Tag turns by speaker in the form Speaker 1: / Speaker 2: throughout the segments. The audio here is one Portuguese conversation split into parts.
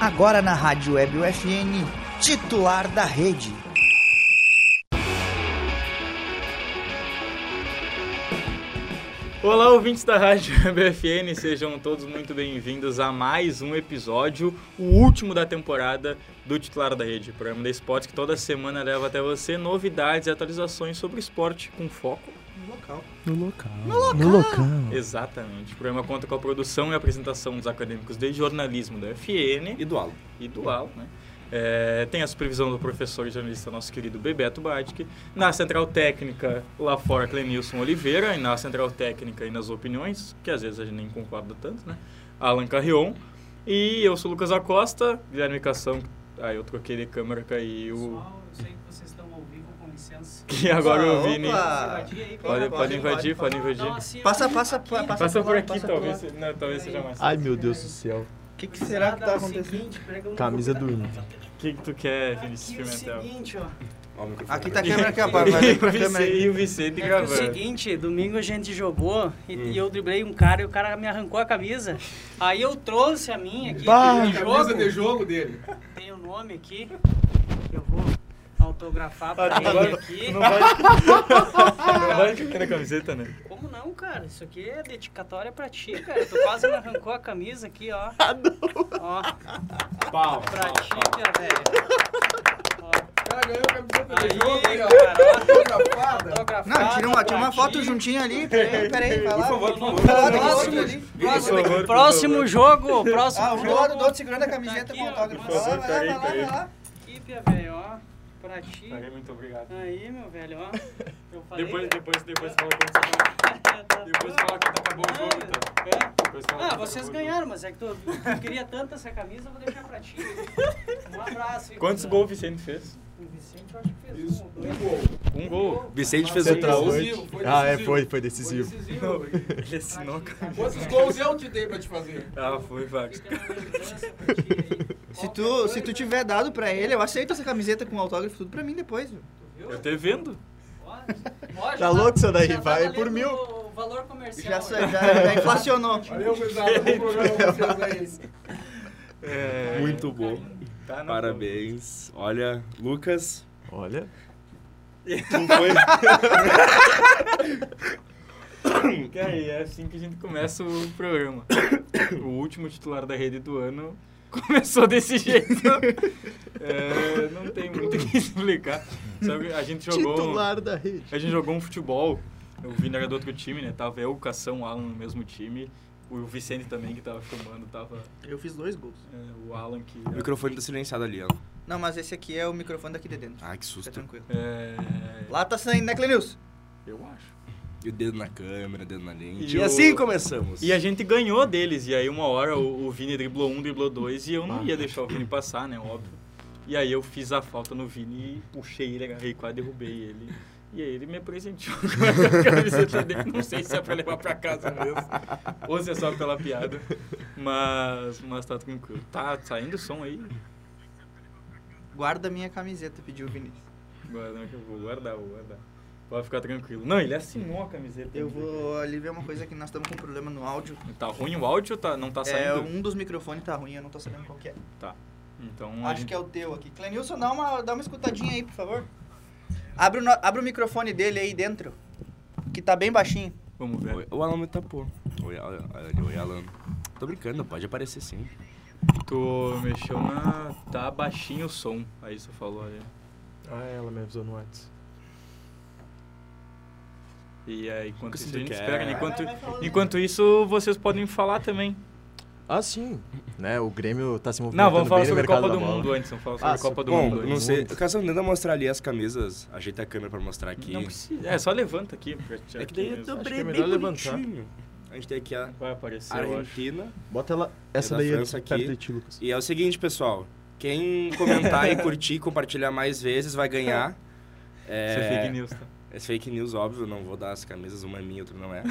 Speaker 1: agora na Rádio Web UFN, titular da rede.
Speaker 2: Olá, ouvintes da Rádio BFN, sejam todos muito bem-vindos a mais um episódio, o último da temporada do Titular da Rede, programa de esportes que toda semana leva até você novidades e atualizações sobre esporte com foco no local.
Speaker 3: No local. No local. No local.
Speaker 2: Exatamente. O programa conta com a produção e apresentação dos acadêmicos de jornalismo da FN
Speaker 4: e do Alo.
Speaker 2: E do Alo, né? É, tem a supervisão do professor e jornalista nosso querido Bebeto Badke. Na Central Técnica, lá fora, Clenilson Oliveira. E na Central Técnica e nas opiniões, que às vezes a gente nem concorda tanto, né? Alan Carrion. E eu sou o Lucas Acosta, Guilherme Cação. Aí ah, eu troquei de câmera, caiu...
Speaker 5: Pessoal, eu sei que vocês estão ao vivo, com licença.
Speaker 2: Que agora
Speaker 5: Pessoal,
Speaker 2: o Vini...
Speaker 5: opa!
Speaker 2: Tá. Pode, pode invadir, pode invadir.
Speaker 5: Não, assim,
Speaker 1: Passa,
Speaker 5: eu-
Speaker 1: passa,
Speaker 5: aqui,
Speaker 1: pa- passa,
Speaker 2: Passa por
Speaker 1: lá,
Speaker 2: aqui,
Speaker 1: passa
Speaker 2: talvez,
Speaker 1: lá.
Speaker 2: se- não, talvez seja mais.
Speaker 3: Ai, meu Deus do céu.
Speaker 1: O que, que será que tá
Speaker 5: Nada, é o
Speaker 1: acontecendo?
Speaker 5: seguinte, pega um-
Speaker 3: Camisa do Inter.
Speaker 2: O que, que tu quer, Vinícius
Speaker 5: Aqui é o
Speaker 2: Pimentel?
Speaker 5: seguinte, ó.
Speaker 4: Ó, o microfone.
Speaker 1: Aqui tá a
Speaker 2: E-
Speaker 1: câmera aqui, ó. vai- vai
Speaker 2: e, o
Speaker 1: pra câmera
Speaker 2: Vicente,
Speaker 1: aí.
Speaker 2: e o Vicente
Speaker 5: É que é o
Speaker 2: gravando.
Speaker 5: seguinte, domingo a gente jogou e, e eu driblei um cara e o cara me arrancou a camisa. Aí eu trouxe a minha aqui,
Speaker 3: Bah,
Speaker 5: tem um jogo,
Speaker 4: jogo dele.
Speaker 5: tem o nome aqui, eu vou autografar pra
Speaker 2: Ah,
Speaker 5: ele aqui.
Speaker 2: Não vai, não vai ficar na camiseta, né?
Speaker 5: Como não, cara? Isso aqui é dedicatória pra ti, cara. Tu quase me arrancou a camisa aqui, ó. Ó,
Speaker 2: Pau.
Speaker 5: pra ti, minha velha. Ó,
Speaker 4: Ah, ganhou a camiseta
Speaker 5: aí, cara, ó, autografada
Speaker 1: Não, tira uma, tira uma
Speaker 5: pra
Speaker 1: foto
Speaker 5: ti.
Speaker 1: juntinho ali. Peraí, É, peraí, vai lá.
Speaker 4: Por favor, por
Speaker 1: Vai lá,
Speaker 4: favor.
Speaker 1: tem uma
Speaker 5: Próximo,
Speaker 1: foto ali.
Speaker 2: Por favor, por
Speaker 5: próximo, próximo jogo, próximo
Speaker 1: Ah, um do
Speaker 5: jogo.
Speaker 1: lado do outro segurando a camiseta
Speaker 5: Tá aqui,
Speaker 1: com o
Speaker 5: ó,
Speaker 1: autógrafo.
Speaker 5: por
Speaker 1: Vai lá,
Speaker 2: favor,
Speaker 1: vai lá, vai
Speaker 2: peraí,
Speaker 1: lá, vai lá.
Speaker 5: Aqui, Pia, velho, ó. Pra ti.
Speaker 2: Paguei, Muito obrigado.
Speaker 5: Aí, meu velho, ó. Eu falei.
Speaker 2: Tá Depois,
Speaker 5: né? velho.
Speaker 2: depois, depois fala quando
Speaker 5: Tá
Speaker 2: Depois
Speaker 5: bom.
Speaker 2: fala quando acabou o jogo, então.
Speaker 5: É?
Speaker 2: Depois fala
Speaker 5: Ah,
Speaker 2: quando acabou o
Speaker 5: vocês
Speaker 2: jogo.
Speaker 5: ganharam, mas é que tu, tu queria tanto essa camisa, eu vou deixar pra ti. Um abraço. hein,
Speaker 2: Quantos
Speaker 5: cuzão.
Speaker 2: gols o Vicente fez?
Speaker 5: O Vicente, eu acho que fez um ou dois.
Speaker 2: Um gol. tá
Speaker 4: Vicente fez o
Speaker 3: Central
Speaker 4: gol.
Speaker 6: decisivo, foi
Speaker 3: Ah, é,
Speaker 6: decisivo.
Speaker 3: foi, foi decisivo.
Speaker 2: Ele assinou a camisa.
Speaker 6: Quantos gols eu te dei pra te fazer?
Speaker 2: Ah, foi, Vax.
Speaker 5: Fica na lembrança pra ti aí.
Speaker 1: Se tu, se tu tiver dado pra ele, eu aceito essa camiseta com autógrafo tudo pra mim depois. viu?
Speaker 2: Eu te vendo.
Speaker 5: Ó, ó, já
Speaker 3: Tá louco isso daí?
Speaker 5: já tá
Speaker 3: Vai por
Speaker 5: valendo
Speaker 3: mil.
Speaker 5: O valor comercial.
Speaker 1: Já, sa-
Speaker 5: hoje.
Speaker 1: já, já inflacionou.
Speaker 6: Valeu, pesado. Bom programa pra vocês aí.
Speaker 2: É,
Speaker 4: Muito bom.
Speaker 2: tá na boa.
Speaker 4: Parabéns. Olha, Lucas,
Speaker 3: Olha.
Speaker 4: não foi...
Speaker 2: Que aí é assim que a gente começa o programa. O último titular da rede do ano começou desse jeito. É, não tem muito o que explicar. Só que a gente jogou. um-
Speaker 3: Titular da rede.
Speaker 2: a gente jogou um futebol. O Vini era do outro time, né? Tava eu, o Cação, o Alan no mesmo time. O Vicente também, que tava filmando, tava
Speaker 1: Eu fiz dois gols.
Speaker 2: é, o Alan que.
Speaker 4: O microfone tá silenciado ali, ó.
Speaker 1: Não, mas esse aqui é o microfone daqui de dentro.
Speaker 4: Ah, que
Speaker 1: Fica
Speaker 4: susto.
Speaker 1: tranquilo.
Speaker 2: É,
Speaker 1: Lá tá saindo, né, Clenilson?
Speaker 2: eu acho.
Speaker 4: E o dedo na câmera, dedo na lente.
Speaker 2: E
Speaker 4: E
Speaker 2: o-
Speaker 4: assim começamos.
Speaker 2: E a gente ganhou deles. E aí, uma hora, o, o Vini driblou um, driblou dois. E eu não ia deixar o Vini passar, né? Óbvio. E aí, eu fiz a falta no Vini e puxei ele, agarrei quase, derrubei ele. E aí, ele me presenteou com a camiseta dele. Não sei se é pra levar pra casa mesmo. Ou se é só pela piada. Mas, mas tá tranquilo. Tá saindo o som aí.
Speaker 1: Guarda minha camiseta, pediu o Vinícius.
Speaker 2: Agora não, que eu vou guardar, vou guardar. Pode ficar tranquilo. Não, ele assinou a camiseta.
Speaker 1: Eu vou ali ver uma coisa que nós estamos com um problema no áudio.
Speaker 2: Tá ruim o áudio ou tá, não tá
Speaker 1: É,
Speaker 2: saindo?
Speaker 1: um dos microfones tá ruim, eu não tô sabendo qual que é.
Speaker 2: Então, a
Speaker 1: Acho
Speaker 2: gente-
Speaker 1: que é o teu aqui. Clenilson, dá uma, dá uma escutadinha aí, por favor. Abre o, no- abre o microfone dele aí dentro, que tá bem baixinho.
Speaker 2: Vamos ver.
Speaker 4: Oi, O Alan me tapou. Oi, Alan. Oi, Alan. Tô brincando, pode aparecer sim.
Speaker 2: Tu mexeu na. Tá baixinho o som. Aí você falou ali.
Speaker 3: Ah, ela me avisou no WhatsApp.
Speaker 2: E aí, enquanto
Speaker 4: Porque
Speaker 2: isso,
Speaker 4: se
Speaker 2: a
Speaker 4: tu
Speaker 2: gente
Speaker 4: quer-
Speaker 2: espera. né?
Speaker 4: Vai,
Speaker 2: Enquanto,
Speaker 1: vai, vai falando.
Speaker 2: enquanto isso, vocês podem falar também.
Speaker 3: Ah, sim. Né, o Grêmio tá se movimentando
Speaker 2: Não, vamos falar
Speaker 3: bem no
Speaker 2: sobre
Speaker 3: mercado
Speaker 2: Copa
Speaker 3: da
Speaker 2: do
Speaker 3: bola.
Speaker 2: Mundo antes. Vamos falar sobre
Speaker 3: Ah,
Speaker 2: Copa do
Speaker 4: Bom,
Speaker 2: Mundo.
Speaker 4: não
Speaker 2: antes.
Speaker 4: sei. Caso tenta mostrar ali as camisas, ajeita a câmera pra mostrar aqui.
Speaker 2: Não precisa. É, só levanta aqui. pra tirar
Speaker 4: É que daí
Speaker 2: aqui
Speaker 4: eu
Speaker 2: mesmo.
Speaker 4: tô
Speaker 3: Acho que
Speaker 4: bem,
Speaker 3: é
Speaker 4: bem
Speaker 3: melhor levantar.
Speaker 4: bonitinho. A gente tem aqui a
Speaker 2: Vai aparecer, eu acho.
Speaker 4: Argentina.
Speaker 3: Bota ela, essa
Speaker 4: da
Speaker 3: daí é
Speaker 4: França aqui.
Speaker 3: perto de ti, Lucas.
Speaker 4: E é o seguinte, pessoal. Quem comentar e curtir e compartilhar mais vezes vai ganhar. É,
Speaker 2: Isso é fake news, tá?
Speaker 4: É fake news, óbvio. Não vou dar as camisas, uma é minha, outra não é.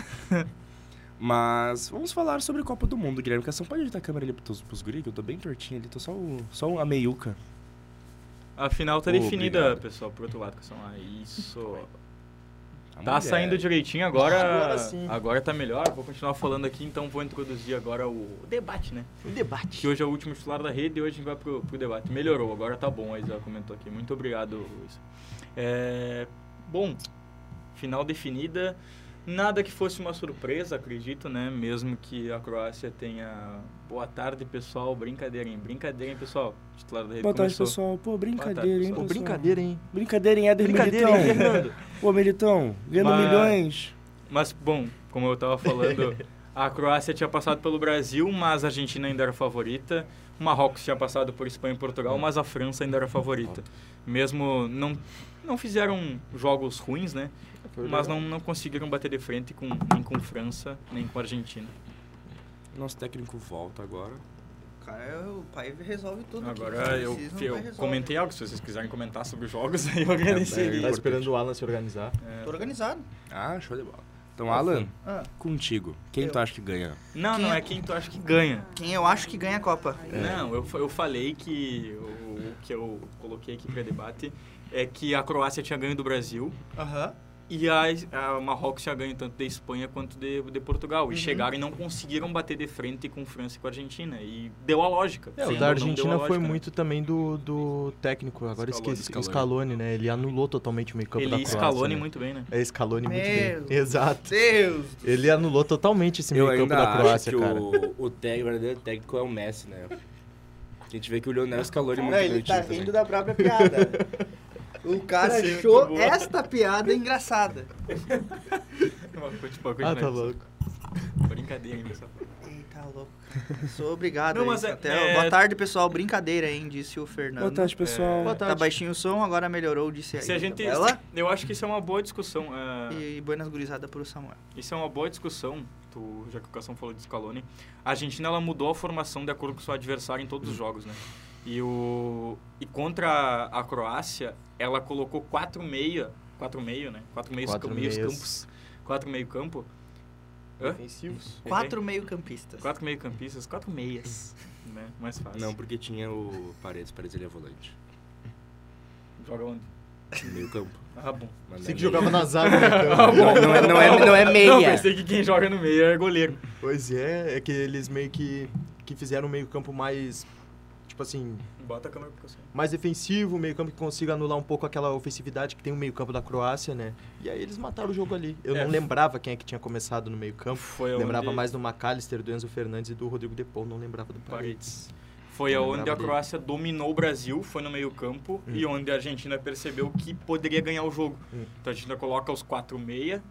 Speaker 4: Mas vamos falar sobre Copa do Mundo, Guilherme. Cação, pode ajeitar tá a câmera ali pros, pros guri, que eu tô bem tortinho ali. Tô só, o, só a meiuca.
Speaker 2: A final tá
Speaker 4: Obrigado.
Speaker 2: definida, pessoal, pro outro lado, que são. Ah, isso.
Speaker 4: A
Speaker 2: Tá
Speaker 4: mulher.
Speaker 2: saindo direitinho agora.
Speaker 3: Agora
Speaker 2: Agora,
Speaker 3: sim.
Speaker 2: tá melhor. Vou continuar falando aqui, então vou introduzir agora o debate, né?
Speaker 3: O debate.
Speaker 2: Que hoje é o último titular da rede e hoje a gente vai pro, pro debate. Melhorou, agora tá bom, a Isa comentou aqui. Muito obrigado, Isa. É, bom, final definida. Nada que fosse uma surpresa, acredito, né? Mesmo que a Croácia tenha. Boa tarde, pessoal. Brincadeira, hein? Brincadeira, hein, pessoal? Titular da rede
Speaker 4: Boa tarde,
Speaker 2: começou.
Speaker 4: pessoal. Pô,
Speaker 2: Boa
Speaker 4: brincadeira,
Speaker 2: tarde,
Speaker 4: hein,
Speaker 2: pessoal.
Speaker 3: Pô,
Speaker 4: pessoal.
Speaker 3: brincadeira, hein?
Speaker 4: Brincadeira, hein, Éder
Speaker 3: Brincadeira, hein,
Speaker 4: Militão?
Speaker 3: Fernando?
Speaker 4: Pô, Militão, ganhando
Speaker 2: Mas-
Speaker 4: milhões.
Speaker 2: Mas, bom, como eu tava falando, a Croácia tinha passado pelo Brasil, mas a Argentina ainda era favorita. O Marrocos tinha passado por Espanha e Portugal, mas a França ainda era favorita. Mesmo não, não fizeram jogos ruins, né? Mas não, não conseguiram bater de frente com, nem com França, nem com Argentina.
Speaker 4: Nosso técnico volta agora.
Speaker 1: Cara, é, o pai resolve tudo. aqui.
Speaker 2: Agora eu,
Speaker 1: Precisa, o
Speaker 2: eu
Speaker 1: pai resolve.
Speaker 2: comentei algo, se vocês quiserem comentar sobre os jogos, aí eu É. agradeceria.
Speaker 3: Tá esperando o Alan se organizar.
Speaker 1: Tô organizado.
Speaker 4: Ah, show de bola. Então, Alan,
Speaker 1: Ah,
Speaker 4: contigo. Quem
Speaker 1: Eu.
Speaker 4: tu acha que ganha?
Speaker 2: Não, não, é quem tu acha que ganha.
Speaker 1: quem eu acho que ganha a Copa?
Speaker 3: É.
Speaker 2: Não, eu, fa- eu falei que o, o que eu coloquei aqui para debate é que a Croácia tinha ganho do Brasil
Speaker 1: Aham.
Speaker 2: e a, Es- a Marrocos tinha ganho tanto da Espanha quanto de, de Portugal.
Speaker 1: Uhum.
Speaker 2: E chegaram e não conseguiram bater de frente com França e com a Argentina. E deu a lógica.
Speaker 3: É, o
Speaker 2: Sim, não deu
Speaker 3: da
Speaker 2: a
Speaker 3: Argentina
Speaker 2: lógica,
Speaker 3: foi
Speaker 2: né?
Speaker 3: muito também do, do técnico, agora
Speaker 4: Scaloni,
Speaker 3: esqueci,
Speaker 4: Scaloni.
Speaker 3: Scaloni. né? Ele anulou totalmente o meio campo da
Speaker 2: Ele
Speaker 3: Croácia.
Speaker 2: escalone
Speaker 3: né?
Speaker 2: muito bem, né?
Speaker 3: É, Scaloni muito
Speaker 1: Meu
Speaker 3: bem. Exato.
Speaker 1: Deus! do
Speaker 3: Ele anulou totalmente esse
Speaker 4: Eu
Speaker 3: meio campo
Speaker 4: ainda
Speaker 3: da Croácia,
Speaker 4: acho que
Speaker 3: cara.
Speaker 4: o, o, técnico- o verdadeiro técnico é o Messi, né? A gente vê que o Lionel Scaloni é muito
Speaker 1: Não, ele
Speaker 4: bem
Speaker 1: tá
Speaker 4: time
Speaker 1: rindo da própria piada. O cara
Speaker 2: Essa é muito
Speaker 1: achou
Speaker 2: boa.
Speaker 1: esta piada engraçada.
Speaker 2: Tipo,
Speaker 3: Ah, tá louco.
Speaker 2: Brincadeira, hein, pessoal.
Speaker 1: Eita, louco. Sou obrigado.
Speaker 2: Não,
Speaker 1: hein,
Speaker 2: mas é-
Speaker 1: até-
Speaker 2: é-
Speaker 1: Boa tarde, pessoal. Brincadeira, hein? Disse o Fernando.
Speaker 4: Boa tarde, pessoal.
Speaker 3: Boa
Speaker 1: Tá
Speaker 3: tarde.
Speaker 1: baixinho o som, agora melhorou, disse aí. Tá
Speaker 2: Se a gente,
Speaker 1: Ela
Speaker 2: eu acho que isso é uma boa discussão. é,
Speaker 1: e Buenas Gurizada pro Samuel.
Speaker 2: Isso é uma boa discussão, tu, já que o Cação falou de Scaloni. A Argentina ela mudou a formação de acordo com seu adversário em todos os jogos, né? E, o, e contra a, a Croácia, ela colocou quatro meia, quatro meio, né? Quatro meios,
Speaker 3: Quatro
Speaker 2: meios
Speaker 3: meias.
Speaker 2: campos, quatro meio campo, Hã?
Speaker 3: Ofensivos.
Speaker 1: Quatro meio-campistas.
Speaker 2: quatro meio campistas, quatro meias, né? Mais fácil.
Speaker 4: é, Não, porque tinha o Paredes, Paredes ele é volante.
Speaker 2: Joga onde?
Speaker 4: Meio campo.
Speaker 2: Ah, bom.
Speaker 4: Mas
Speaker 3: Você
Speaker 4: não
Speaker 3: que
Speaker 4: é
Speaker 3: jogava na zaga, então.
Speaker 4: meio. Não, não é, não, é, não é
Speaker 2: Não,
Speaker 4: meia.
Speaker 2: pensei que quem joga no meio é goleiro.
Speaker 3: Pois é, é que eles meio que, que fizeram um meio campo mais, tipo assim,
Speaker 2: Bota a câmera pro Cação.
Speaker 3: mais defensivo, um meio campo que consiga anular um pouco aquela ofensividade que tem o meio campo da Croácia, né? E aí eles mataram o jogo ali. Eu
Speaker 2: É.
Speaker 3: não lembrava quem é que tinha começado no meio campo.
Speaker 2: Foi
Speaker 3: Lembrava
Speaker 2: onde-
Speaker 3: mais do McAllister, do Enzo Fernandes e do Rodrigo Depol, não lembrava do Paredes.
Speaker 2: Paredes. Foi
Speaker 3: Eu
Speaker 2: onde
Speaker 3: lembrava
Speaker 2: a
Speaker 3: dele.
Speaker 2: Croácia dominou o Brasil, foi no meio-campo, e onde a Argentina percebeu que poderia ganhar o jogo.
Speaker 3: Hum.
Speaker 2: Então a Argentina coloca os quatro meia.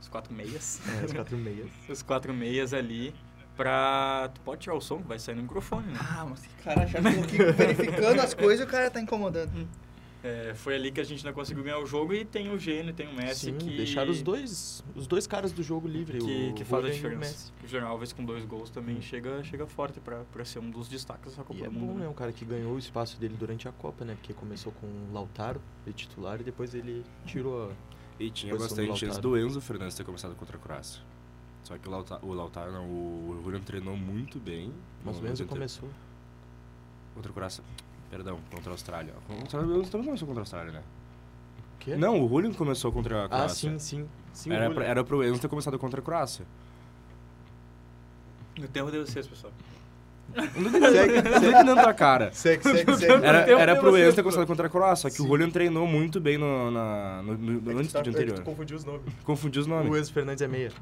Speaker 2: Os quatro meias?
Speaker 3: É, os quatro meias.
Speaker 2: os quatro meias ali pra. Tu pode tirar o som, que vai sair no microfone, né?
Speaker 1: Ah, mas que cara já que verificando as coisas o cara tá incomodando.
Speaker 2: É, foi ali que a Argentina conseguiu ganhar o jogo e tem o gênio, tem o Messi
Speaker 3: Sim,
Speaker 2: que.
Speaker 3: deixaram os dois, os dois caras do jogo livre.
Speaker 2: Que,
Speaker 3: o
Speaker 2: que faz a
Speaker 3: Roden e o
Speaker 2: diferença.
Speaker 3: Messi. Hum.
Speaker 2: O Jornal Alves com dois gols também chega, chega forte pra, pra ser um dos destaques dessa Copa
Speaker 3: E é
Speaker 2: do Mundo.
Speaker 3: bom,
Speaker 2: né?
Speaker 3: né? Um cara que ganhou o espaço dele durante a Copa, né? Porque começou com o Lautaro de titular e depois ele tirou a...
Speaker 4: E
Speaker 3: Posição
Speaker 4: tinha
Speaker 3: do
Speaker 4: bastante chance
Speaker 3: Lautaro.
Speaker 4: do Enzo Fernandes ter começado contra a Croácia. Só que o Lautaro, o Lautaro não, o Julian treinou muito bem.
Speaker 3: Mas o
Speaker 4: Não,
Speaker 3: Enzo
Speaker 4: não
Speaker 3: começou.
Speaker 4: Contra a Croácia. Perdão, contra a Austrália. Contra, o Enzo também começou contra a Austrália, né?
Speaker 3: O quê?
Speaker 4: Não, o Julian começou contra a Croácia.
Speaker 3: Ah, sim, sim. sim o
Speaker 4: Era,
Speaker 3: Roden.
Speaker 4: pra, era pro Enzo ter começado contra a Croácia.
Speaker 2: No tempo de vocês, pessoal.
Speaker 4: Segue, segue
Speaker 3: é
Speaker 4: na tua cara.
Speaker 3: Segue, segue, segue.
Speaker 4: Era,
Speaker 2: tempo
Speaker 4: era
Speaker 2: de
Speaker 4: pro
Speaker 2: vocês,
Speaker 4: Enzo ter
Speaker 2: pô.
Speaker 4: começado contra a Croácia, só que o Julian treinou muito bem no, na, no, no- no-
Speaker 3: É que
Speaker 4: antes
Speaker 3: tu tá-
Speaker 4: do
Speaker 3: é
Speaker 4: dia
Speaker 3: que
Speaker 4: anterior.
Speaker 3: Tu confundiu os nomes.
Speaker 4: Confundiu os
Speaker 3: O
Speaker 4: nomes.
Speaker 3: Enzo Fernandes é meia.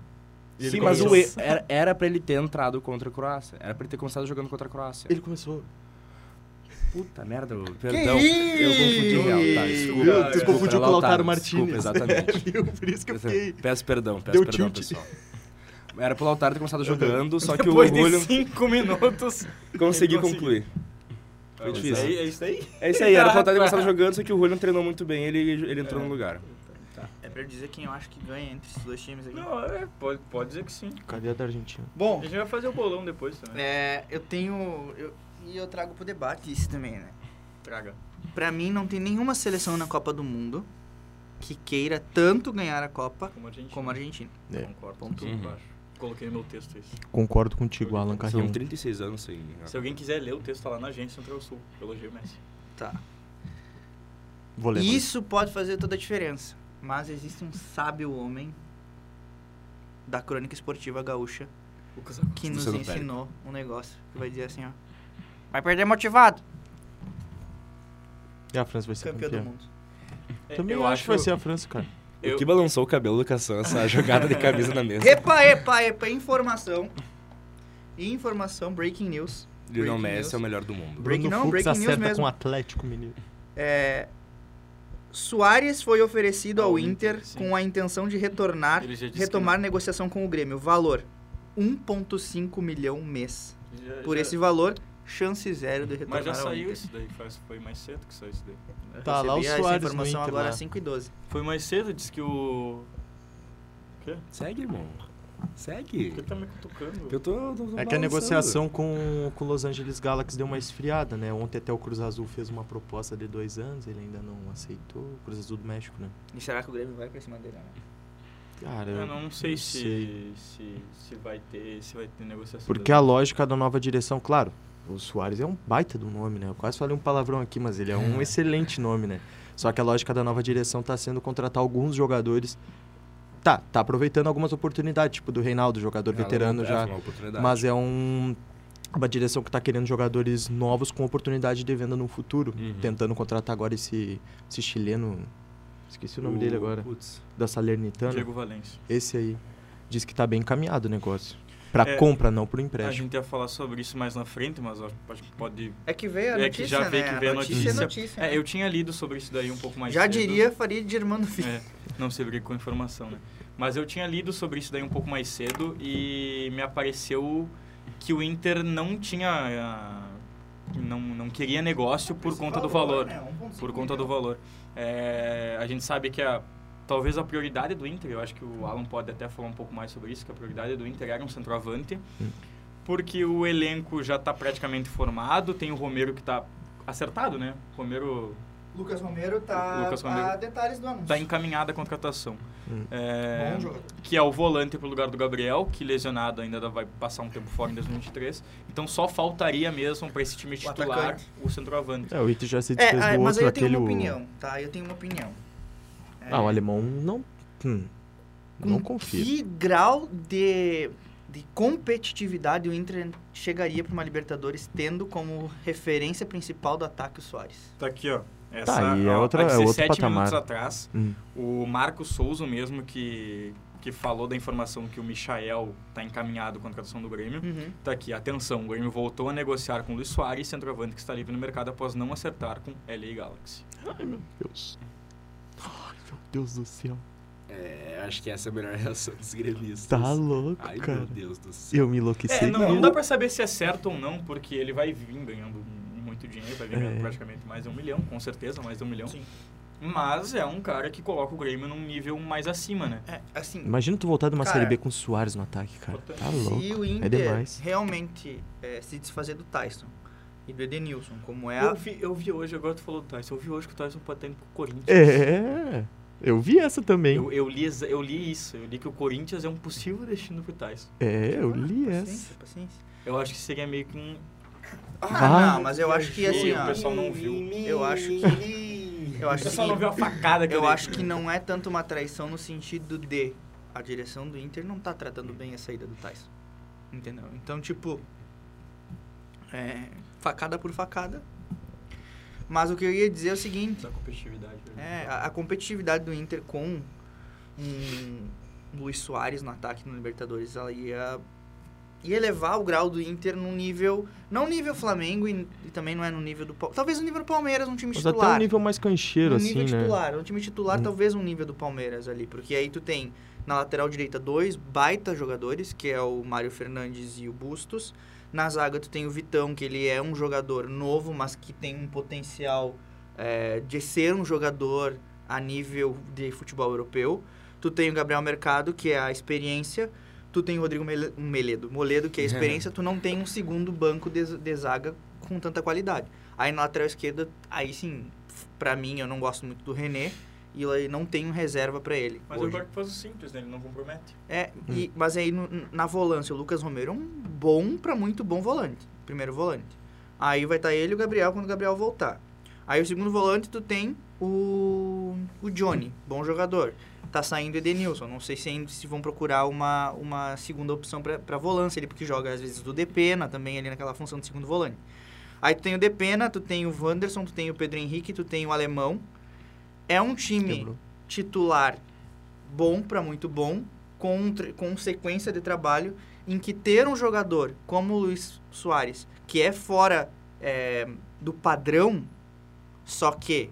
Speaker 3: E ele
Speaker 4: Sim, mas o
Speaker 3: começou-
Speaker 4: E- era, era pra ele ter entrado contra a Croácia. Era pra ele ter começado jogando contra a Croácia.
Speaker 3: Ele começou.
Speaker 4: Puta merda, eu- perdão. Então, eu confundi
Speaker 1: isso?
Speaker 4: real, tá?
Speaker 3: Viu?
Speaker 4: Desculpa.
Speaker 3: Tu
Speaker 4: desculpa,
Speaker 3: confundiu
Speaker 4: era
Speaker 3: com o Lautaro
Speaker 4: Desculpa,
Speaker 3: Martinez.
Speaker 4: exatamente. é
Speaker 3: Viu? Por isso que eu fiquei...
Speaker 4: Peço perdão, peço
Speaker 3: Deu
Speaker 4: perdão,
Speaker 3: tilt. Uhum.
Speaker 4: pessoal. Era pro Lautaro ter começado jogando, só que o
Speaker 2: Depois de
Speaker 4: Julian
Speaker 2: cinco minutos. ele
Speaker 4: conseguiu
Speaker 2: conseguiu.
Speaker 4: concluir. Foi difícil.
Speaker 2: É, é isso aí?
Speaker 4: É isso aí, era pra estar começado jogando, só que o Julian treinou muito bem, ele, ele entrou no lugar.
Speaker 1: É pra eu dizer quem eu acho que ganha entre esses dois times aqui.
Speaker 2: Não, é, pode, pode dizer que sim.
Speaker 3: Cadê a da Argentina?
Speaker 2: A
Speaker 1: Bom,
Speaker 2: gente vai fazer o bolão depois também.
Speaker 1: é, eu tenho. eu- e eu trago pro debate isso também, né?
Speaker 2: Traga.
Speaker 1: Pra mim, não tem nenhuma seleção na Copa do Mundo que queira tanto ganhar a Copa
Speaker 2: Como a gente.
Speaker 1: como a Argentina.
Speaker 3: É.
Speaker 2: Concordo. Ponto
Speaker 4: Uhum.
Speaker 2: embaixo. Coloquei no meu texto isso.
Speaker 3: Concordo contigo, Alan
Speaker 4: São
Speaker 3: Carrion.
Speaker 4: 36 anos sem.
Speaker 2: Se alguém quiser ler o texto, tá lá na agência Central Sul. Elogio o Messi.
Speaker 1: Tá.
Speaker 3: Vou ler.
Speaker 1: Isso pode fazer toda a diferença. Mas existe um sábio homem da crônica esportiva gaúcha
Speaker 2: O casaco.
Speaker 1: que
Speaker 4: Você
Speaker 1: nos
Speaker 4: não perde.
Speaker 1: ensinou um negócio. Que vai dizer assim, ó. Vai perder motivado.
Speaker 3: E a França vai ser
Speaker 1: Campeão do mundo.
Speaker 2: É,
Speaker 3: Também
Speaker 2: eu
Speaker 3: acho,
Speaker 2: acho
Speaker 3: que vai ser a França, cara.
Speaker 2: Eu-
Speaker 4: O que balançou o cabelo do Cassan, essa jogada de camisa na mesa.
Speaker 1: Epa, epa, epa. Informação. Informação, breaking news. Breaking
Speaker 4: Lionel
Speaker 1: news.
Speaker 4: Messi é o melhor do mundo.
Speaker 1: Break-
Speaker 3: Bruno
Speaker 1: não,
Speaker 3: Fux
Speaker 1: breaking news
Speaker 3: acerta
Speaker 1: mesmo.
Speaker 3: com o Atlético, menino.
Speaker 1: É, Soares foi oferecido
Speaker 2: Ao
Speaker 1: ao
Speaker 2: Inter,
Speaker 1: Inter,
Speaker 2: sim.
Speaker 1: com a intenção de retornar,
Speaker 2: Ele já disse
Speaker 1: retomar negociação com o Grêmio. Valor: 1,5 milhão mês.
Speaker 2: que não. Já-
Speaker 1: Por
Speaker 2: já-
Speaker 1: esse valor, chance zero de retornar
Speaker 2: Mas já
Speaker 1: ao
Speaker 2: saiu
Speaker 1: Inter.
Speaker 2: isso daí, faz- foi mais cedo que saiu isso daí.
Speaker 1: Eu
Speaker 3: Tá lá o
Speaker 1: recebi essa
Speaker 3: Soares no
Speaker 1: informação
Speaker 3: Inter né?
Speaker 1: agora
Speaker 3: lá.
Speaker 1: às 5 e 12.
Speaker 2: Foi mais cedo, disse que o.
Speaker 4: Segue, irmão.
Speaker 2: Por que
Speaker 4: Segue.
Speaker 2: tá me cutucando?
Speaker 4: Eu tô, tô- tô
Speaker 3: É que a
Speaker 4: balançando.
Speaker 3: negociação com com o Los Angeles Galaxy deu uma esfriada, né? Ontem até o Cruz Azul fez uma proposta de dois anos, ele ainda não aceitou. O Cruz Azul do México, né?
Speaker 1: E será que o Grêmio vai pra cima dele? né?
Speaker 3: Cara,
Speaker 2: Eu não sei,
Speaker 3: não
Speaker 2: se,
Speaker 3: sei.
Speaker 2: se, se vai ter se vai ter negociação.
Speaker 3: Porque a lógica da nova direção, claro, o Soares é um baita do nome, né? Eu quase falei um palavrão aqui, mas ele é um excelente nome, né? Só que a lógica da nova direção tá sendo contratar alguns jogadores. Tá, tá aproveitando algumas oportunidades, tipo do Reinaldo, jogador
Speaker 4: Ela não
Speaker 3: veterano
Speaker 4: dá
Speaker 3: já.
Speaker 4: é uma oportunidade.
Speaker 3: Mas é um uma direção que está querendo jogadores novos com oportunidade de venda no futuro.
Speaker 4: Uhum.
Speaker 3: Tentando contratar agora esse, esse chileno. Esqueci é o nome dele agora.
Speaker 4: Putz.
Speaker 3: Da Salernitana.
Speaker 2: Diego Valencia.
Speaker 3: Esse aí. Diz que tá bem encaminhado o negócio. Pra
Speaker 2: É,
Speaker 3: compra, não pro
Speaker 2: A
Speaker 3: empréstimo.
Speaker 2: gente ia falar sobre isso mais na frente, mas eu acho que pode.
Speaker 1: É que veio a
Speaker 2: É que
Speaker 1: notícia,
Speaker 2: já veio
Speaker 1: né?
Speaker 2: que veio a
Speaker 1: é
Speaker 2: notícia.
Speaker 1: notícia.
Speaker 2: É,
Speaker 1: né?
Speaker 2: eu tinha lido sobre isso daí um pouco mais
Speaker 1: Já
Speaker 2: cedo.
Speaker 1: diria Farid de irmão do filho.
Speaker 2: É, não se briga com informação, né? Mas eu tinha lido sobre isso daí um pouco mais cedo e me apareceu que o Inter não tinha. ah, Não, não queria negócio por conta do valor.
Speaker 1: É, um
Speaker 2: por conta do valor. É, a gente sabe que a, talvez a prioridade do Inter, eu acho que o Alan pode até falar um pouco mais sobre isso, que a prioridade do Inter era um centroavante, porque o elenco já está praticamente formado, tem o Romero que está acertado, né? Romero
Speaker 1: Lucas Romero tá
Speaker 2: Lucas Romero.
Speaker 1: a detalhes do anúncio.
Speaker 2: está encaminhada a contratação.
Speaker 3: Hum.
Speaker 2: É,
Speaker 1: Bom jogador.
Speaker 2: que é o volante para o lugar do Gabriel, que lesionado ainda vai passar um tempo fora em 2023. Então só faltaria mesmo para esse time titular
Speaker 1: atacante.
Speaker 2: o centroavante.
Speaker 3: É, o Ito já se desfez
Speaker 1: É, ah,
Speaker 3: do
Speaker 1: mas aí
Speaker 3: outro,
Speaker 1: eu tenho
Speaker 3: aquele.
Speaker 1: uma
Speaker 3: o-
Speaker 1: opinião, tá? Eu tenho uma opinião. É,
Speaker 3: Ah, o alemão não. hum, não
Speaker 1: com
Speaker 3: confia.
Speaker 1: Que grau de, de competitividade o Inter chegaria para uma Libertadores tendo como referência principal do ataque o Soares?
Speaker 2: Tá aqui, ó. Essa,
Speaker 3: Tá, e é
Speaker 2: ó,
Speaker 3: outra-
Speaker 2: há
Speaker 3: é outro
Speaker 2: 17 minutos
Speaker 3: patamar.
Speaker 2: atrás,
Speaker 3: Hum.
Speaker 2: o Marco Souza mesmo que, que falou da informação que o Michael tá encaminhado com a contratação do Grêmio.
Speaker 1: Uhum.
Speaker 2: Tá aqui, atenção, o Grêmio voltou a negociar com o Luiz Soares, centroavante que está livre no mercado após não acertar com LA Galaxy.
Speaker 3: Deus. Ai, meu Deus do céu.
Speaker 4: É, acho que essa é a melhor reação dos gremistas.
Speaker 3: Tá louco,
Speaker 4: Ai,
Speaker 3: cara.
Speaker 4: meu Deus do céu.
Speaker 3: Eu me enlouqueci.
Speaker 2: É, não,
Speaker 3: mesmo.
Speaker 2: não dá pra saber se é certo ou não, porque ele vai vir ganhando muito dinheiro, vai vir ganhando
Speaker 3: É.
Speaker 2: praticamente mais de um milhão, com certeza, mais de um milhão. Mas é um cara que coloca o Grêmio num nível mais acima, né?
Speaker 1: É, assim,
Speaker 3: Imagina tu voltar de uma
Speaker 1: Cara,
Speaker 3: série B com o Soares no ataque, cara. Tá louco.
Speaker 1: se o Inter
Speaker 3: demais.
Speaker 1: realmente é, se desfazer do Tyson e do Edenilson, como é
Speaker 2: Eu
Speaker 1: a...
Speaker 2: vi, eu vi hoje, agora tu falou do Tyson, eu vi hoje que o Tyson pode estar indo pro Corinthians.
Speaker 3: É. Eu vi essa também.
Speaker 2: Eu, eu li, exa- eu li isso, eu li que o Corinthians é um possível destino pro Tyson.
Speaker 3: É, eu li
Speaker 1: Ah,
Speaker 3: essa.
Speaker 1: paciência, paciência.
Speaker 2: Eu acho que seria meio que um...
Speaker 1: Ah,
Speaker 3: Ah,
Speaker 1: não, mas eu acho que assim,
Speaker 2: viajou, o
Speaker 1: ó,
Speaker 2: pessoal não viu.
Speaker 1: eu acho que eu
Speaker 2: O
Speaker 1: acho
Speaker 2: pessoal não
Speaker 1: que
Speaker 2: viu a facada que
Speaker 1: eu
Speaker 2: dei.
Speaker 1: acho que não é tanto uma traição no sentido de a direção do Inter não tá tratando bem a saída do Tyson. Entendeu? Então, tipo, é, facada por facada. Mas o que eu ia dizer é o seguinte,
Speaker 2: Da competitividade. né?
Speaker 1: é, a, a competitividade do Inter com um Luiz Soares no ataque no Libertadores, ela ia, ia elevar o grau do Inter num nível, não nível Flamengo e, e também não é no nível do, Pal- talvez no nível do Palmeiras, um time
Speaker 3: Mas até
Speaker 1: titular
Speaker 3: um nível mais cancheiro,
Speaker 1: um
Speaker 3: assim,
Speaker 1: nível
Speaker 3: né?
Speaker 1: titular. Um time titular,
Speaker 3: Hum.
Speaker 1: talvez um nível do Palmeiras ali. Porque aí tu tem na lateral direita dois baita jogadores, que é o Mário Fernandes e o Bustos. Na zaga tu tem o Vitão, que ele é um jogador novo, mas que tem um potencial é, de ser um jogador a nível de futebol europeu. Tu tem o Gabriel Mercado, que é a experiência. Tu tem o Rodrigo Mele- Meledo, Moledo, que é a experiência. Tu não tem um segundo banco de, de zaga com tanta qualidade. Aí na lateral esquerda, aí sim, f- pra mim, eu não gosto muito do René. E eu não tenho reserva pra ele.
Speaker 2: Mas
Speaker 1: hoje.
Speaker 2: o Parque faz o simples, né? Ele não compromete.
Speaker 1: É, e- mas aí no- na volância, o Lucas Romero é um bom pra muito bom volante. tá Primeiro volante. Aí vai estar ele e o Gabriel quando o Gabriel voltar. Aí o segundo volante tu tem o, o Johnny, bom jogador. Tá saindo o Edenilson. Não sei se ainda se vão procurar uma, uma segunda opção para volância ali, porque joga às vezes do Depena também ali naquela função de segundo volante. Aí tu tem o Depena, tu tem o Wanderson, tu tem o Pedro Henrique, tu tem o Alemão. É um time
Speaker 3: Quebrou.
Speaker 1: titular bom para muito bom, com, um tra- com sequência de trabalho, em que ter um jogador como o Luiz Soares, que é fora é, do padrão, só que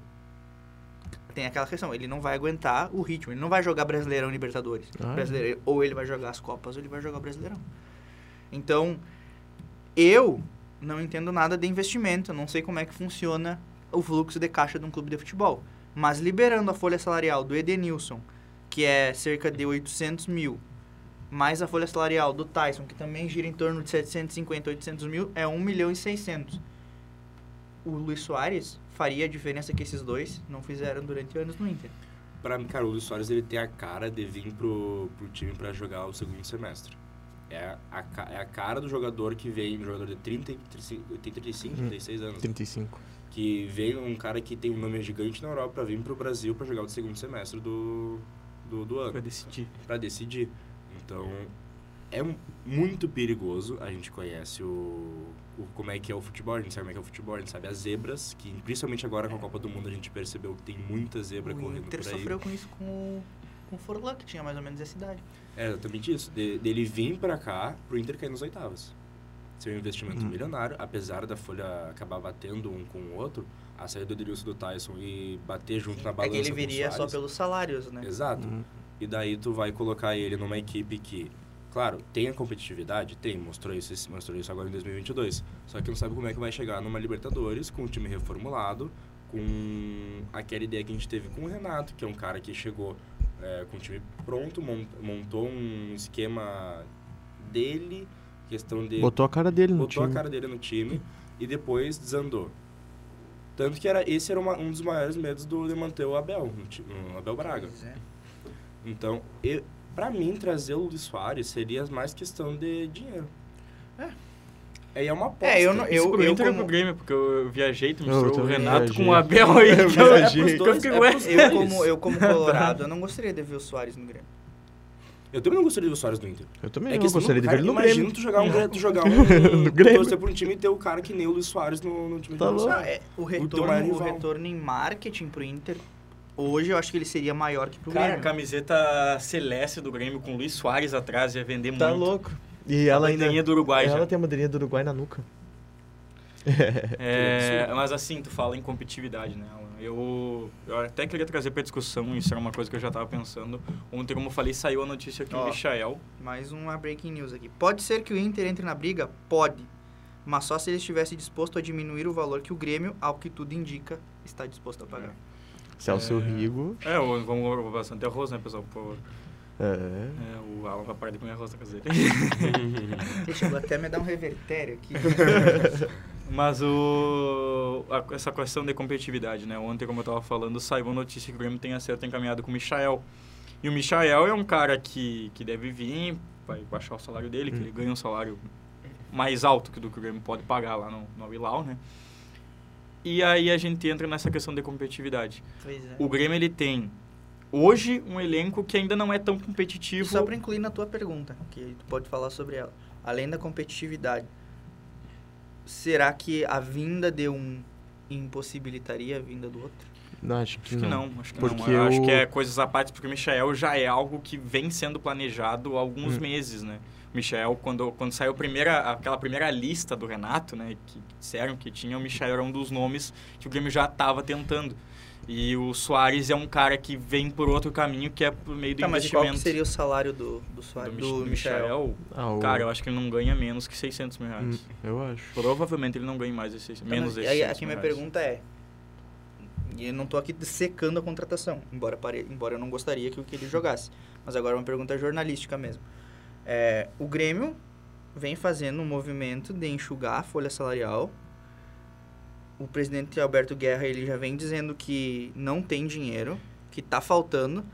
Speaker 1: tem aquela questão, ele não vai aguentar o ritmo, ele não vai jogar Brasileirão e Libertadores.
Speaker 3: Ah, é.
Speaker 1: Brasileiro, ou ele vai jogar as Copas ou ele vai jogar o Brasileirão. Então, eu não entendo nada de investimento, eu não sei como é que funciona o fluxo de caixa de um clube de futebol. Mas liberando a folha salarial do Edenilson, que é cerca de 800 mil, mais a folha salarial do Tyson, que também gira em torno de 750, 800 mil, é 1 milhão e 600. O Luiz Soares faria a diferença que esses dois não fizeram durante anos no Inter.
Speaker 4: Pra mim, cara, o Luiz Soares ele tem a cara de vir pro, pro time pra jogar o segundo semestre. É a, ca- é a cara do jogador que vem, um jogador de 30, e 35, tem 35,
Speaker 1: Uhum.
Speaker 4: 36 anos.
Speaker 3: 35.
Speaker 4: Que vem um cara que tem um nome gigante na Europa pra vir pro Brasil pra jogar o segundo semestre do, do, do ano.
Speaker 2: Pra decidir.
Speaker 1: Uhum.
Speaker 4: Pra decidir. Então, é um- muito perigoso. A gente conhece o, o- como é que é o futebol, a gente sabe como é que é o futebol, a gente sabe as zebras, que principalmente agora com a Copa do Mundo a gente percebeu que tem muita zebra
Speaker 1: É. o
Speaker 4: correndo
Speaker 1: Inter
Speaker 4: por aí.
Speaker 1: sofreu com isso com o, com o Forlan, que tinha mais ou menos essa idade.
Speaker 4: É exatamente isso, de- dele vir pra cá pro Inter cair nas oitavas. Seu investimento
Speaker 1: Uhum.
Speaker 3: Hum.
Speaker 4: milionário, apesar da folha acabar batendo um com o outro, a saída do Edilson e do Tyson e bater junto na
Speaker 1: É
Speaker 4: balança
Speaker 1: que ele
Speaker 4: com o
Speaker 1: viria só
Speaker 4: Suárez.
Speaker 1: pelos salários, né?
Speaker 4: Exato.
Speaker 3: Hum.
Speaker 4: E daí tu vai colocar ele numa equipe que, claro, tem a competitividade, tem, mostrou isso, esse- mostrou isso agora em 2022. Só que não sabe como é que vai chegar numa Libertadores com o time reformulado, com aquela ideia que a gente teve com o Renato, que é um cara que chegou é, com o time pronto, mon- montou um esquema dele, questão de
Speaker 3: Botou a cara dele no
Speaker 4: botou
Speaker 3: time.
Speaker 4: a cara dele no time e depois desandou. Tanto que era, esse era uma- um dos maiores medos do, de manter o Abel, no ti- no Abel Braga.
Speaker 1: Pois é.
Speaker 4: Então, eu, pra mim, trazer o Luiz Soares seria mais questão de dinheiro. É. Aí é uma aposta.
Speaker 1: É, eu não-
Speaker 2: Isso
Speaker 1: eu,
Speaker 2: pro
Speaker 1: eu
Speaker 2: Inter e
Speaker 1: como-
Speaker 2: pro Grêmio, porque eu viajei, tu
Speaker 3: Eu
Speaker 2: misturou o
Speaker 3: também
Speaker 2: Renato
Speaker 3: viajei.
Speaker 2: com o Abel aí. que eu-
Speaker 4: É pros
Speaker 2: que eu
Speaker 4: dois,
Speaker 2: fiquei,
Speaker 4: é
Speaker 2: ué.
Speaker 4: pros
Speaker 1: Eu
Speaker 4: dois.
Speaker 1: como, eu como colorado, eu não gostaria de ver o Soares no Grêmio.
Speaker 4: Eu também não gostaria do Luiz Soares no Inter.
Speaker 3: Eu também
Speaker 4: é
Speaker 3: não,
Speaker 4: que senão,
Speaker 3: gostaria de ver
Speaker 4: cara,
Speaker 3: ele no
Speaker 4: imagina
Speaker 3: Grêmio.
Speaker 4: tu jogar um... Tu jogar um
Speaker 3: No Grêmio.
Speaker 4: Torcer pra um time e ter o cara que nem o Luiz Soares no, no time
Speaker 3: Tá
Speaker 4: do Luiz
Speaker 3: louco.
Speaker 4: Soares.
Speaker 1: Não, é, o,
Speaker 4: teu maior
Speaker 1: retorno, o
Speaker 4: rival.
Speaker 1: retorno em marketing pro Inter, hoje eu acho que ele seria maior que pro
Speaker 2: Cara, a
Speaker 1: Grêmio.
Speaker 2: camiseta celeste do Grêmio com o Luiz Soares atrás ia vender
Speaker 3: Tá
Speaker 2: muito.
Speaker 3: louco. E ela ainda.
Speaker 2: Bandeirinha do Uruguai já.
Speaker 3: Ela tem a bandeirinha do Uruguai na nuca.
Speaker 2: É, mas assim, tu fala em competitividade, né? Alan? Eu, eu até queria trazer pra discussão, isso era uma coisa que eu já tava pensando. Ontem, como eu falei, saiu a notícia que
Speaker 1: Ó.
Speaker 2: o Michael...
Speaker 1: Mais uma breaking news aqui. Pode ser que o Inter entre na briga? Pode. Mas só se ele estivesse disposto a diminuir o valor que o Grêmio, ao que tudo indica, está disposto a pagar.
Speaker 3: Celso Rigo.
Speaker 2: É, o- vamos comer bastante arroz, né, pessoal? Por favor.
Speaker 3: É.
Speaker 2: É, o Alan vai parar de comer arroz tá na casa dele.
Speaker 1: Ele chegou até a me dar um revertério aqui.
Speaker 2: Mas o, a- essa questão de competitividade, né? Ontem, como eu estava falando, saiu uma notícia que o Grêmio tem acerto encaminhado com o Michael. E o Michael é um cara que, que deve vir, vai baixar o salário dele, que ele ganha um salário mais alto que do que o Grêmio pode pagar lá no, no Al-Hilal, né? E aí a gente entra nessa questão de competitividade.
Speaker 1: Pois é.
Speaker 2: O Grêmio, ele tem, hoje, um elenco que ainda não é tão
Speaker 1: E
Speaker 2: competitivo.
Speaker 1: só para incluir na tua pergunta, que tu pode falar sobre ela, além da competitividade, será que a vinda de um impossibilitaria a vinda do outro?
Speaker 3: Não, acho que
Speaker 2: Acho que não, acho que
Speaker 3: Porque
Speaker 2: não. Eu Acho
Speaker 3: o-
Speaker 2: que é coisas à parte, porque o Michael já é algo que vem sendo planejado há alguns
Speaker 3: Hum.
Speaker 2: meses, né? O Michael, quando, quando saiu a primeira, aquela primeira lista do Renato, né? Que disseram que tinha, o Michael era um dos nomes que o Grêmio já estava tentando. E o Soares é um cara que vem por outro caminho, que é por meio do
Speaker 1: Tá, mas e qual
Speaker 2: investimento
Speaker 1: que seria o salário do, do, Soares,
Speaker 2: do,
Speaker 1: do
Speaker 2: Mich-
Speaker 1: Michael?
Speaker 2: Michael.
Speaker 3: Ah, o-
Speaker 2: Cara, eu acho que ele não ganha menos que 600 mil reais.
Speaker 3: Hum, Eu acho.
Speaker 2: Provavelmente ele não ganha mais de 600,
Speaker 1: Tá,
Speaker 2: menos
Speaker 1: mas
Speaker 2: de
Speaker 1: aí
Speaker 2: 600
Speaker 1: aqui
Speaker 2: mil
Speaker 1: minha
Speaker 2: reais.
Speaker 1: pergunta é, e eu não tô aqui secando a contratação, embora, pare, embora eu não gostaria que, o que ele jogasse, mas agora é uma pergunta jornalística mesmo. É, o Grêmio vem fazendo um movimento de enxugar a folha salarial. O presidente Alberto Guerra ele já vem dizendo que não tem dinheiro, que tá faltando.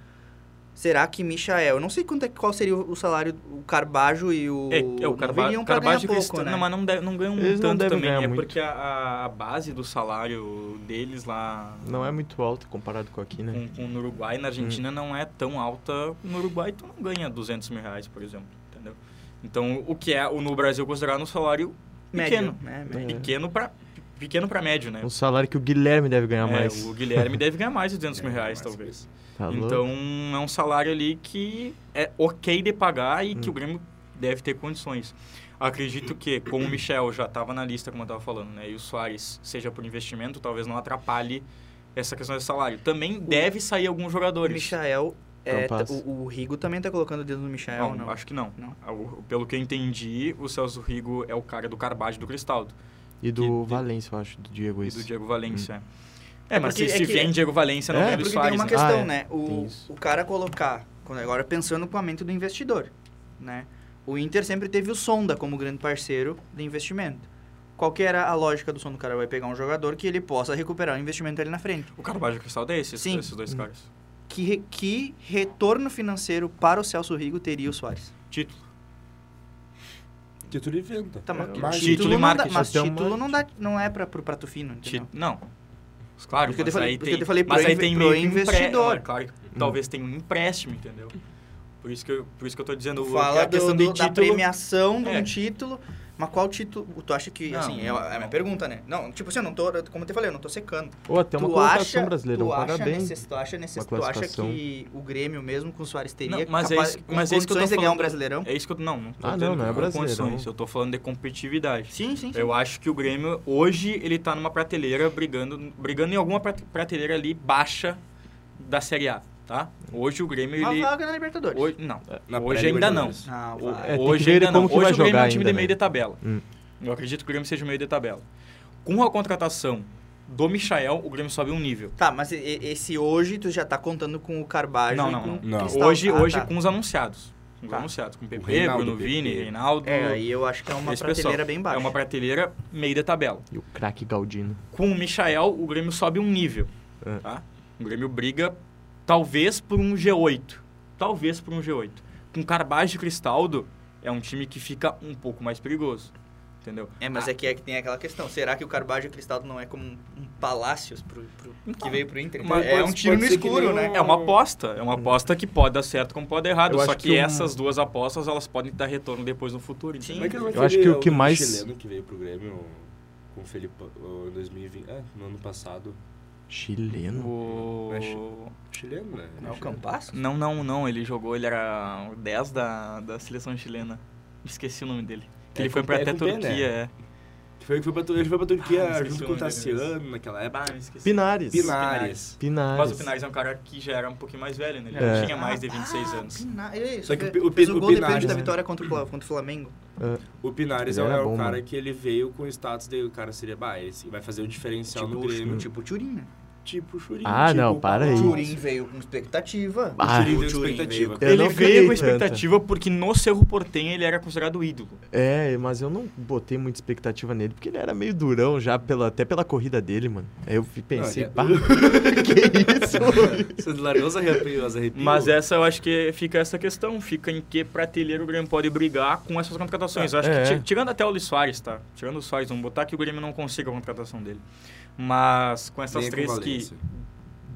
Speaker 1: Será que Michael? Eu não sei quanto é, qual seria o salário, o Carbajo e o.
Speaker 2: É, é o
Speaker 1: tipo, não
Speaker 2: Carvalho,
Speaker 1: viriam pra
Speaker 2: Carvalho
Speaker 1: ganhar pouco,
Speaker 2: Cristão,
Speaker 1: né?
Speaker 2: não, mas não, deve, não ganham
Speaker 3: Eles não
Speaker 2: tanto
Speaker 3: devem
Speaker 2: também.
Speaker 3: ganhar
Speaker 2: É
Speaker 3: muito.
Speaker 2: porque a, a base do salário deles lá
Speaker 3: Não é muito alto comparado com aqui, né? Hum.
Speaker 2: com, com no Uruguai, na Argentina não é tão alta. No Uruguai tu não ganha 200 mil reais, por exemplo, entendeu? Então, o que é o- no Brasil considerado um salário
Speaker 1: Médio,
Speaker 2: pequeno.
Speaker 1: né?
Speaker 3: É.
Speaker 2: Pequeno pra, pequeno pra médio, né?
Speaker 3: Um salário que o Guilherme deve ganhar
Speaker 2: É,
Speaker 3: mais.
Speaker 2: O Guilherme deve ganhar mais de 200 mil
Speaker 4: É,
Speaker 2: reais,
Speaker 4: mas-
Speaker 2: talvez.
Speaker 3: Tá louco?
Speaker 2: Então é um salário ali que é ok de pagar e
Speaker 3: Hum.
Speaker 2: que o Grêmio deve ter condições. Acredito que, como o Michel já estava na lista, como eu estava falando, né, e o Soares, seja por investimento, talvez não atrapalhe essa questão de salário. Também deve sair alguns
Speaker 1: O
Speaker 2: jogadores.
Speaker 1: Michael. É,
Speaker 3: Campas.
Speaker 1: tá- o, o Rigo também tá colocando o dedo no Michael,
Speaker 2: não,
Speaker 1: não?
Speaker 2: acho que não.
Speaker 1: Não.
Speaker 2: O- Pelo que eu entendi, o Celso Rigo é o cara do Carbage do Cristaldo
Speaker 3: e
Speaker 2: que-
Speaker 3: do Valência, eu acho, do Diego
Speaker 2: e
Speaker 3: isso.
Speaker 2: do Diego Valência. É, mas
Speaker 1: porque-
Speaker 2: se,
Speaker 1: é
Speaker 2: se
Speaker 1: que-
Speaker 2: vem Diego Valência, não
Speaker 3: Hum. É,
Speaker 2: vem
Speaker 1: É
Speaker 2: do
Speaker 1: porque
Speaker 2: Soares.
Speaker 1: tem uma
Speaker 2: né?
Speaker 1: questão,
Speaker 3: Ah, é.
Speaker 1: né?
Speaker 3: Tem
Speaker 1: O,
Speaker 3: isso.
Speaker 1: o cara colocar, quando- agora pensando com a mente do investidor, né? O Inter sempre teve o Sonda como grande parceiro de investimento. Qual que era a lógica do Sonda? O cara vai pegar um jogador que ele possa recuperar o investimento ali na frente.
Speaker 2: O Carbage do Cristaldo é esse,
Speaker 1: Sim.
Speaker 2: esses dois
Speaker 3: Hum.
Speaker 2: caras.
Speaker 1: Que, re- que retorno financeiro para o Celso Rigo teria o Soares?
Speaker 2: Título.
Speaker 4: Que tu inventa.
Speaker 1: Tá, mas
Speaker 4: É,
Speaker 1: que-
Speaker 4: mas-
Speaker 2: Título
Speaker 1: não
Speaker 2: e
Speaker 1: dá-
Speaker 2: marketing,
Speaker 1: mas
Speaker 3: só tem um
Speaker 1: título não, dá, não é para pro prato fino,
Speaker 2: Ti-
Speaker 1: entendeu?
Speaker 2: Não. Claro,
Speaker 1: Porque eu te
Speaker 2: mas
Speaker 1: falei-
Speaker 2: aí
Speaker 1: porque
Speaker 2: tem,
Speaker 1: eu te falei
Speaker 2: mas
Speaker 1: pro
Speaker 2: aí
Speaker 1: inve-
Speaker 2: tem
Speaker 1: pro
Speaker 2: meio que um empre-
Speaker 1: investidor. Hum.
Speaker 2: é, claro, que talvez tenha um empréstimo, entendeu? Por isso que eu, por isso que eu tô dizendo
Speaker 1: Tu
Speaker 2: o-
Speaker 1: fala
Speaker 2: a
Speaker 1: do-
Speaker 2: questão de
Speaker 1: do- da
Speaker 2: título.
Speaker 1: premiação de um
Speaker 2: É.
Speaker 1: título, mas qual título? Tu acha que,
Speaker 2: Não,
Speaker 1: assim, é,
Speaker 2: não.
Speaker 1: é a minha pergunta, né? Não, tipo assim, eu não tô, como eu te falei, eu não tô secando.
Speaker 3: Ou até uma colocação brasileira, um
Speaker 1: tu acha,
Speaker 3: parabéns.
Speaker 1: necess- tu acha, necess-
Speaker 3: uma
Speaker 1: tu acha
Speaker 3: classificação.
Speaker 1: que o Grêmio mesmo com o Soares teria
Speaker 2: Não, mas é
Speaker 1: capaz,
Speaker 2: isso-
Speaker 1: com
Speaker 2: mas é isso que eu tô
Speaker 1: condições de ganhar um
Speaker 2: falando.
Speaker 1: brasileirão?
Speaker 2: É isso que eu não, não tô
Speaker 3: Ah, não,
Speaker 2: dizendo
Speaker 3: não é
Speaker 2: com
Speaker 3: brasileiro,
Speaker 2: condições,
Speaker 3: não.
Speaker 2: eu tô falando de competitividade.
Speaker 1: Sim, sim, sim.
Speaker 2: Eu acho que o Grêmio hoje ele tá numa prateleira brigando, brigando em alguma prate- prateleira ali baixa da Série A, tá? Hoje o Grêmio
Speaker 1: Uma
Speaker 2: ele
Speaker 1: vaga na Libertadores.
Speaker 2: hoje não.
Speaker 4: na
Speaker 2: Hoje ainda não.
Speaker 4: pré-Libertadores.
Speaker 1: Ah,
Speaker 2: O-
Speaker 1: vai.
Speaker 2: é.
Speaker 3: É, tem que
Speaker 2: hoje
Speaker 3: ver ele
Speaker 2: ainda não.
Speaker 3: como que
Speaker 2: Hoje
Speaker 3: vai
Speaker 2: o Grêmio é
Speaker 3: jogar
Speaker 2: um time
Speaker 3: ainda,
Speaker 2: de meio
Speaker 3: né?
Speaker 2: de tabela.
Speaker 3: Hum.
Speaker 2: Eu acredito que o Grêmio seja o meio de tabela. Com a contratação do Michael, o Grêmio sobe um nível.
Speaker 1: Tá, mas e- e- esse hoje tu já tá contando com o Carbajo
Speaker 2: Não,
Speaker 1: e
Speaker 2: não,
Speaker 1: com o
Speaker 4: não.
Speaker 1: Cristal.
Speaker 2: Hoje,
Speaker 1: Ah,
Speaker 2: hoje
Speaker 1: tá.
Speaker 2: com os anunciados. Com os
Speaker 1: Tá.
Speaker 2: anunciados. Com o PP,
Speaker 4: Reinaldo,
Speaker 2: Bruno
Speaker 4: PP.
Speaker 2: Vini, Reinaldo.
Speaker 1: É, aí eu acho que é uma
Speaker 2: esse pessoal.
Speaker 1: prateleira bem baixa.
Speaker 2: É uma prateleira meio de tabela.
Speaker 3: E o craque Galdino.
Speaker 2: Com o Michael, o Grêmio sobe um nível.
Speaker 3: É.
Speaker 2: Tá? O Grêmio briga talvez por um G8. Talvez por um G8. Com Carbage e Cristaldo, é um time que fica um pouco mais perigoso. Entendeu?
Speaker 1: É, mas é que, é que tem aquela questão. Será que o Carbajo e o Cristaldo não é como um, um palácios pro, pro- que veio pro Inter?
Speaker 2: mas
Speaker 1: é
Speaker 2: pode-
Speaker 1: um tiro no
Speaker 4: pode ser que
Speaker 1: escuro,
Speaker 4: nem Hum.
Speaker 1: né?
Speaker 2: É uma aposta, é uma aposta que pode dar certo como pode dar errado.
Speaker 3: Eu
Speaker 2: só
Speaker 3: acho
Speaker 2: que,
Speaker 3: que um-
Speaker 2: essas duas apostas elas podem dar retorno depois no futuro.
Speaker 1: Sim.
Speaker 2: entendeu?
Speaker 4: Como é que não
Speaker 3: Eu acho que
Speaker 4: aquele
Speaker 3: o que mais-
Speaker 4: chileno que veio pro Grêmio com o Felipe em 2020, é, no ano passado.
Speaker 3: Chileno.
Speaker 4: Hum.
Speaker 2: O...
Speaker 4: Chileno, né?
Speaker 1: Não é o
Speaker 4: Chileno.
Speaker 1: Campasso?
Speaker 2: Não, não, não. Ele jogou, ele era o 10 da, da seleção chilena. Esqueci o nome dele. Que
Speaker 4: É
Speaker 2: ele foi
Speaker 4: com-
Speaker 2: pra
Speaker 4: é
Speaker 2: até
Speaker 4: com B, né?
Speaker 2: Turquia, é.
Speaker 4: Que foi, que foi pra, Tu- ele foi pra Turquia
Speaker 2: Ah, esqueci
Speaker 4: junto
Speaker 2: o
Speaker 4: com o
Speaker 2: nome dele
Speaker 4: Tassiano naquela época.
Speaker 2: Ah, me esqueci.
Speaker 3: Pinares.
Speaker 4: Pinares.
Speaker 3: Pinares.
Speaker 2: Mas o Pinares é um cara que já era um pouquinho mais velho, né? Ele
Speaker 3: É.
Speaker 2: já tinha mais de 26
Speaker 4: Ah,
Speaker 2: anos.
Speaker 1: Pina- é isso,
Speaker 4: Só que o
Speaker 1: fez-
Speaker 4: Pi- o
Speaker 1: fez
Speaker 4: Pi-
Speaker 1: o
Speaker 4: o
Speaker 1: gol depois
Speaker 4: Pinares,
Speaker 1: da
Speaker 4: né?
Speaker 1: vitória contra o, Fla- contra o Flamengo.
Speaker 4: O Pinares é,
Speaker 3: Ele
Speaker 4: o-
Speaker 3: era
Speaker 4: é o
Speaker 3: bom,
Speaker 4: cara
Speaker 3: mano.
Speaker 4: que ele veio com o status de o cara seria bah, esse vai fazer o diferencial
Speaker 1: Tipo,
Speaker 4: no Grêmio.
Speaker 1: o- tipo
Speaker 4: Tipo,
Speaker 1: o Turin, né?
Speaker 4: tipo o Churinho.
Speaker 3: Ah,
Speaker 4: tipo,
Speaker 3: não, para
Speaker 1: O
Speaker 3: aí.
Speaker 4: Palácio.
Speaker 1: Turin veio com expectativa.
Speaker 3: Ah,
Speaker 4: o Churinho deu
Speaker 1: o Churinho
Speaker 4: expectativa.
Speaker 3: veio- Eu
Speaker 2: ele
Speaker 3: não
Speaker 2: veio com
Speaker 3: criei tanta.
Speaker 2: expectativa porque no Cerro Portenho ele era considerado ídolo.
Speaker 3: É, mas eu não botei muita expectativa nele, porque ele era meio durão já, pela, até pela corrida dele, mano. Aí eu fi- pensei,
Speaker 4: Olha.
Speaker 3: pá,
Speaker 2: é
Speaker 3: que isso?
Speaker 4: Você largou os arrepios, os arrepios.
Speaker 2: Mas é essa eu acho que fica essa questão, fica em que prateleira o Grêmio pode brigar com essas contratações. Eu acho
Speaker 3: É.
Speaker 2: que ti- tirando até o Luiz Soares, tá? Tirando o Soares, vamos botar que o Grêmio não consiga a contratação dele. Mas com essas
Speaker 4: Nem com
Speaker 2: três que
Speaker 4: Valência.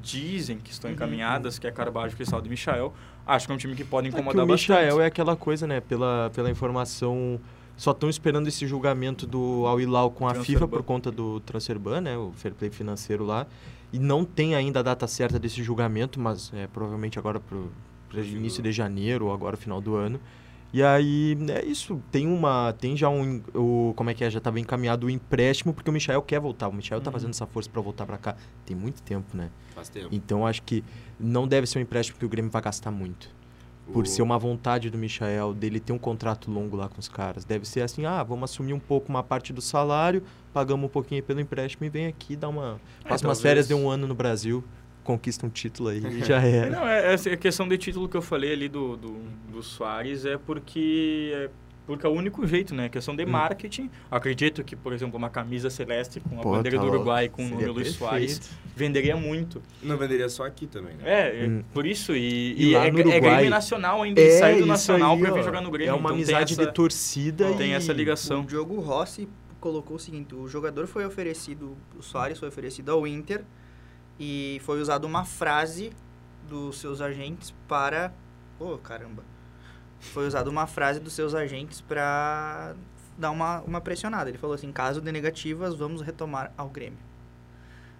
Speaker 2: dizem que estão encaminhadas, que é Carvalho, Cristaldo e Michael, acho que é um time que pode
Speaker 3: É
Speaker 2: incomodar
Speaker 3: que o
Speaker 2: bastante.
Speaker 3: Michael é aquela coisa, né? Pela, pela informação. Só estão esperando esse julgamento do Al Hilal com a
Speaker 2: Transfer
Speaker 3: FIFA
Speaker 2: ban.
Speaker 3: por conta do transfer ban, né? O fair play financeiro lá. E não tem ainda a data certa desse julgamento, mas é, provavelmente agora pro, pro
Speaker 4: Pro
Speaker 3: início
Speaker 4: julgamento.
Speaker 3: de janeiro ou agora final do ano. E aí, é isso. Tem uma. Tem já um. en- O, como é que é? Já estava encaminhado o empréstimo, porque o Michael quer voltar. O Michael tá
Speaker 2: Uhum.
Speaker 3: fazendo essa força para voltar para cá. Tem muito tempo, né?
Speaker 4: Faz tempo.
Speaker 3: Então acho que não deve ser um empréstimo que o Grêmio vai gastar muito por
Speaker 4: O-
Speaker 3: ser um uma vontade do Michael, dele ter um contrato longo lá com os caras. Deve ser assim, ah, vamos assumir um pouco uma parte do salário, pagamos um pouquinho aí pelo empréstimo e vem aqui dar uma.
Speaker 2: É,
Speaker 3: Passa umas
Speaker 2: talvez.
Speaker 3: férias de um ano no Brasil, conquista um título aí e já era.
Speaker 2: é Não, é, essa- a questão de título que eu falei ali do, do, do Soares é porque é, Porque é o único jeito, né? Questão
Speaker 3: Hum.
Speaker 2: de marketing. Acredito que, por exemplo, uma camisa celeste com a
Speaker 3: Pô,
Speaker 2: bandeira
Speaker 3: tá
Speaker 2: do
Speaker 3: louco.
Speaker 2: Uruguai com o
Speaker 3: Seria
Speaker 2: nome Luiz Soares venderia muito.
Speaker 4: Não venderia só aqui também, né?
Speaker 2: É, é
Speaker 3: Hum.
Speaker 2: por isso.
Speaker 3: E
Speaker 2: E, e
Speaker 3: lá
Speaker 2: é,
Speaker 3: no
Speaker 2: é
Speaker 3: Uruguai-
Speaker 2: Grêmio Nacional ainda. Ele saiu do Nacional
Speaker 3: É, aí,
Speaker 2: pra vir
Speaker 3: ó.
Speaker 2: jogar no Grêmio.
Speaker 3: É uma
Speaker 2: então tem
Speaker 3: amizade
Speaker 2: essa-
Speaker 3: de torcida
Speaker 2: Tem
Speaker 3: e-
Speaker 2: essa
Speaker 1: O
Speaker 2: ligação.
Speaker 1: Diogo Rossi colocou o seguinte: o jogador foi oferecido, o Soares foi oferecido ao Inter e foi usada uma frase dos seus agentes para. Ô caramba! Foi usada uma frase dos seus agentes para dar uma, uma pressionada. Ele falou assim: caso de negativas, vamos retomar ao Grêmio.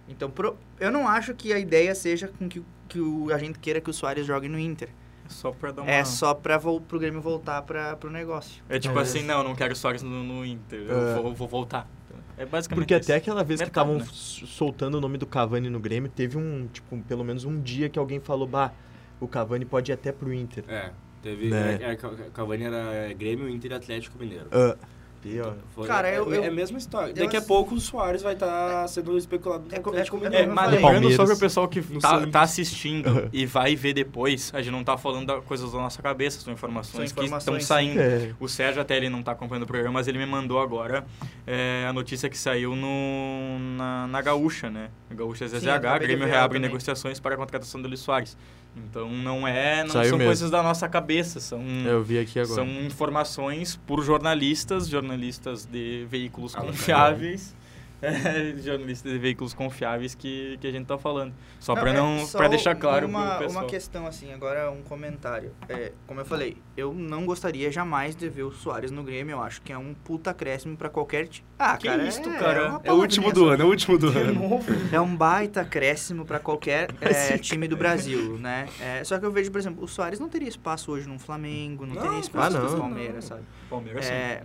Speaker 1: Então, pro- eu não acho que a ideia seja com que, que o agente queira que o Soares jogue no Inter.
Speaker 2: Só pra dar uma...
Speaker 1: É só para o Grêmio voltar para o negócio.
Speaker 2: É tipo
Speaker 3: Talvez.
Speaker 2: assim, não, não quero Soares no, no Inter,
Speaker 3: É.
Speaker 2: eu vou, vou voltar. É basicamente
Speaker 3: Porque
Speaker 2: isso.
Speaker 3: até aquela vez
Speaker 2: Mercado,
Speaker 3: que estavam
Speaker 2: né?
Speaker 3: s- soltando o nome do Cavani no Grêmio, teve um, tipo, pelo menos um dia que alguém falou, bah, o Cavani pode ir até pro Inter.
Speaker 4: É, teve.
Speaker 3: Né?
Speaker 4: É, é, Ca- Cavani era Grêmio, Inter e Atlético Mineiro.
Speaker 2: É.
Speaker 3: Ah, pior.
Speaker 4: Foi-
Speaker 1: Cara,
Speaker 4: é,
Speaker 1: eu-
Speaker 4: é
Speaker 1: eu-
Speaker 4: a mesma história.
Speaker 1: eu
Speaker 4: Daqui a
Speaker 1: ass-
Speaker 4: pouco o Soares vai estar sendo especulado no
Speaker 1: É co- é
Speaker 4: Atlético
Speaker 1: co- é
Speaker 2: É,
Speaker 1: Eu
Speaker 4: Mineiro.
Speaker 1: não
Speaker 2: mas
Speaker 1: falei.
Speaker 2: lembrando só
Speaker 3: né, Palmeiras.
Speaker 2: pro pessoal que
Speaker 4: No
Speaker 2: tá,
Speaker 4: Santos.
Speaker 2: tá assistindo e vai ver depois, a gente não tá falando da, coisas da nossa cabeça, são informações,
Speaker 1: São
Speaker 2: que estão
Speaker 1: informações,
Speaker 2: saindo.
Speaker 3: É.
Speaker 2: O Sérgio até ele não tá acompanhando o programa, mas ele me mandou agora é, a notícia que saiu no, na, na Gaúcha, né? A Gaúcha ZZH,
Speaker 1: Sim, acabei de
Speaker 2: Grêmio
Speaker 1: ver
Speaker 2: reabre
Speaker 1: também.
Speaker 2: negociações para a contratação do Luiz Soares. Então não é, não
Speaker 3: Saiu
Speaker 2: são
Speaker 3: mesmo.
Speaker 2: coisas da nossa cabeça, são
Speaker 1: Hum.
Speaker 3: É, Eu vi aqui agora.
Speaker 2: São informações por jornalistas, jornalistas de veículos confiáveis. é, jornalistas de veículos confiáveis que, que a gente tá falando. Só para
Speaker 1: é
Speaker 2: não,
Speaker 1: só
Speaker 2: para deixar claro
Speaker 1: uma,
Speaker 2: pro pessoal.
Speaker 1: uma questão assim, agora um comentário. É, como eu falei, eu não gostaria jamais de ver o Soares no Grêmio, eu acho que é um puta acréscimo pra qualquer time. Ah,
Speaker 2: Que
Speaker 1: cara,
Speaker 2: isto,
Speaker 1: é,
Speaker 2: cara?
Speaker 1: é uma
Speaker 4: É o último
Speaker 1: palavrinha
Speaker 4: do ano, é o último do ano.
Speaker 1: só. É um baita acréscimo pra qualquer é, time do Brasil, né? É, só que eu vejo, por exemplo, o Soares não teria espaço hoje no Flamengo, não,
Speaker 4: Não,
Speaker 1: teria espaço
Speaker 3: ah,
Speaker 1: no
Speaker 3: não.
Speaker 1: Palmeiras, sabe?
Speaker 2: Palmeiras, sim.
Speaker 1: É,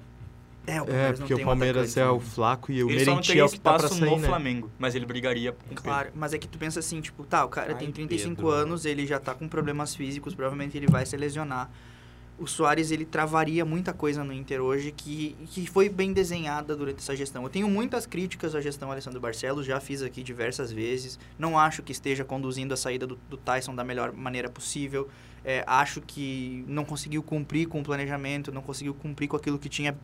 Speaker 1: é, o
Speaker 3: É,
Speaker 1: Palmeiras não
Speaker 3: porque
Speaker 1: tem
Speaker 3: o
Speaker 1: um
Speaker 3: Palmeiras
Speaker 1: atacante,
Speaker 3: é o
Speaker 1: né?
Speaker 3: Flaco e o
Speaker 2: Ele só não
Speaker 3: Merentiel
Speaker 2: teria
Speaker 3: é o que tá pra
Speaker 2: espaço
Speaker 3: sair,
Speaker 2: no
Speaker 3: né?
Speaker 2: Flamengo, mas ele brigaria com o Pedro.
Speaker 1: Claro, mas é que tu pensa assim, tipo, tá, o cara
Speaker 4: Ai,
Speaker 1: tem 35
Speaker 4: Pedro.
Speaker 1: anos, ele já tá com problemas físicos, provavelmente ele vai se lesionar. O Soares, ele travaria muita coisa no Inter hoje que, que foi bem desenhada durante essa gestão. Eu tenho muitas críticas à gestão Alessandro Barcelos, já fiz aqui diversas vezes. Não acho que esteja conduzindo a saída do, do Tyson da melhor maneira possível. É, acho que não conseguiu cumprir com o planejamento, não conseguiu cumprir com aquilo que tinha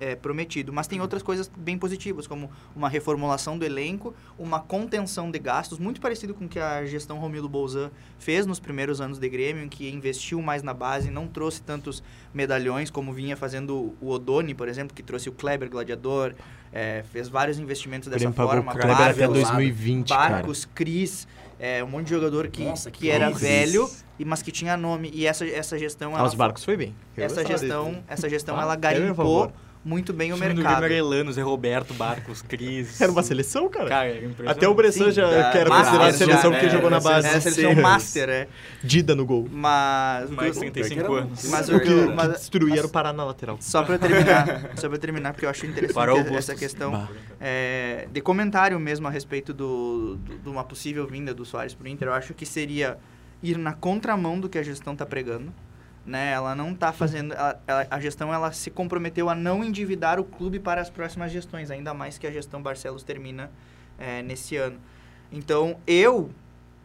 Speaker 1: é, prometido. Mas tem outras coisas bem positivas, como uma reformulação do elenco, uma contenção de gastos, muito parecido com o que a gestão Romildo Bolzan fez nos primeiros anos de Grêmio, em que investiu mais na base, não trouxe tantos medalhões como vinha fazendo o Odoni, por exemplo, que trouxe o Kleber Gladiador, é, fez vários investimentos
Speaker 3: O
Speaker 1: dessa
Speaker 3: Grêmio pagou
Speaker 1: forma.
Speaker 3: o Kleber até
Speaker 1: Barcos,
Speaker 3: 2020, cara.
Speaker 1: Barcos, Cris, é, um monte de jogador que,
Speaker 4: Nossa,
Speaker 1: que
Speaker 4: que
Speaker 1: era
Speaker 4: Cris.
Speaker 1: velho, e mas que tinha nome. E essa, essa gestão...
Speaker 3: Ah,
Speaker 1: ela
Speaker 3: os Barcos foi bem. Eu
Speaker 1: essa
Speaker 3: gostava dele.
Speaker 1: gestão, essa gestão
Speaker 3: Ah,
Speaker 1: ela
Speaker 3: quero meu
Speaker 1: garimpou
Speaker 3: favor.
Speaker 1: muito bem o
Speaker 2: Time do
Speaker 1: mercado.
Speaker 2: Grêmio era Elano, Zé é Roberto, Barcos, Cris.
Speaker 3: Era uma seleção, cara?
Speaker 2: Cara, era impressionante.
Speaker 3: até o Bressan
Speaker 1: Sim,
Speaker 3: já
Speaker 4: da-
Speaker 3: que era
Speaker 4: Masters
Speaker 3: considerado
Speaker 4: já,
Speaker 3: seleção porque
Speaker 4: né?
Speaker 3: jogou na
Speaker 4: Era
Speaker 3: base.
Speaker 1: É a seleção
Speaker 3: Serras.
Speaker 1: master, é.
Speaker 3: Dida no gol.
Speaker 1: Mas,
Speaker 2: Mais
Speaker 1: do-
Speaker 2: 35 anos.
Speaker 1: Mas
Speaker 3: O que,
Speaker 1: eu-
Speaker 3: que
Speaker 1: mas-
Speaker 3: destruía era o Pará na lateral.
Speaker 1: só pra terminar, só para terminar porque eu acho interessante
Speaker 2: Parou o
Speaker 1: essa
Speaker 2: Bustos.
Speaker 1: questão
Speaker 3: Bah.
Speaker 1: é, de comentário mesmo a respeito do, do- de uma possível vinda do Soares pro Inter. Eu acho que seria ir na contramão do que a gestão tá pregando. Né, ela não tá fazendo. ela- ela- a gestão ela se comprometeu a não endividar o clube para as próximas gestões, ainda mais que a gestão Barcelos termina é, nesse ano. Então, eu,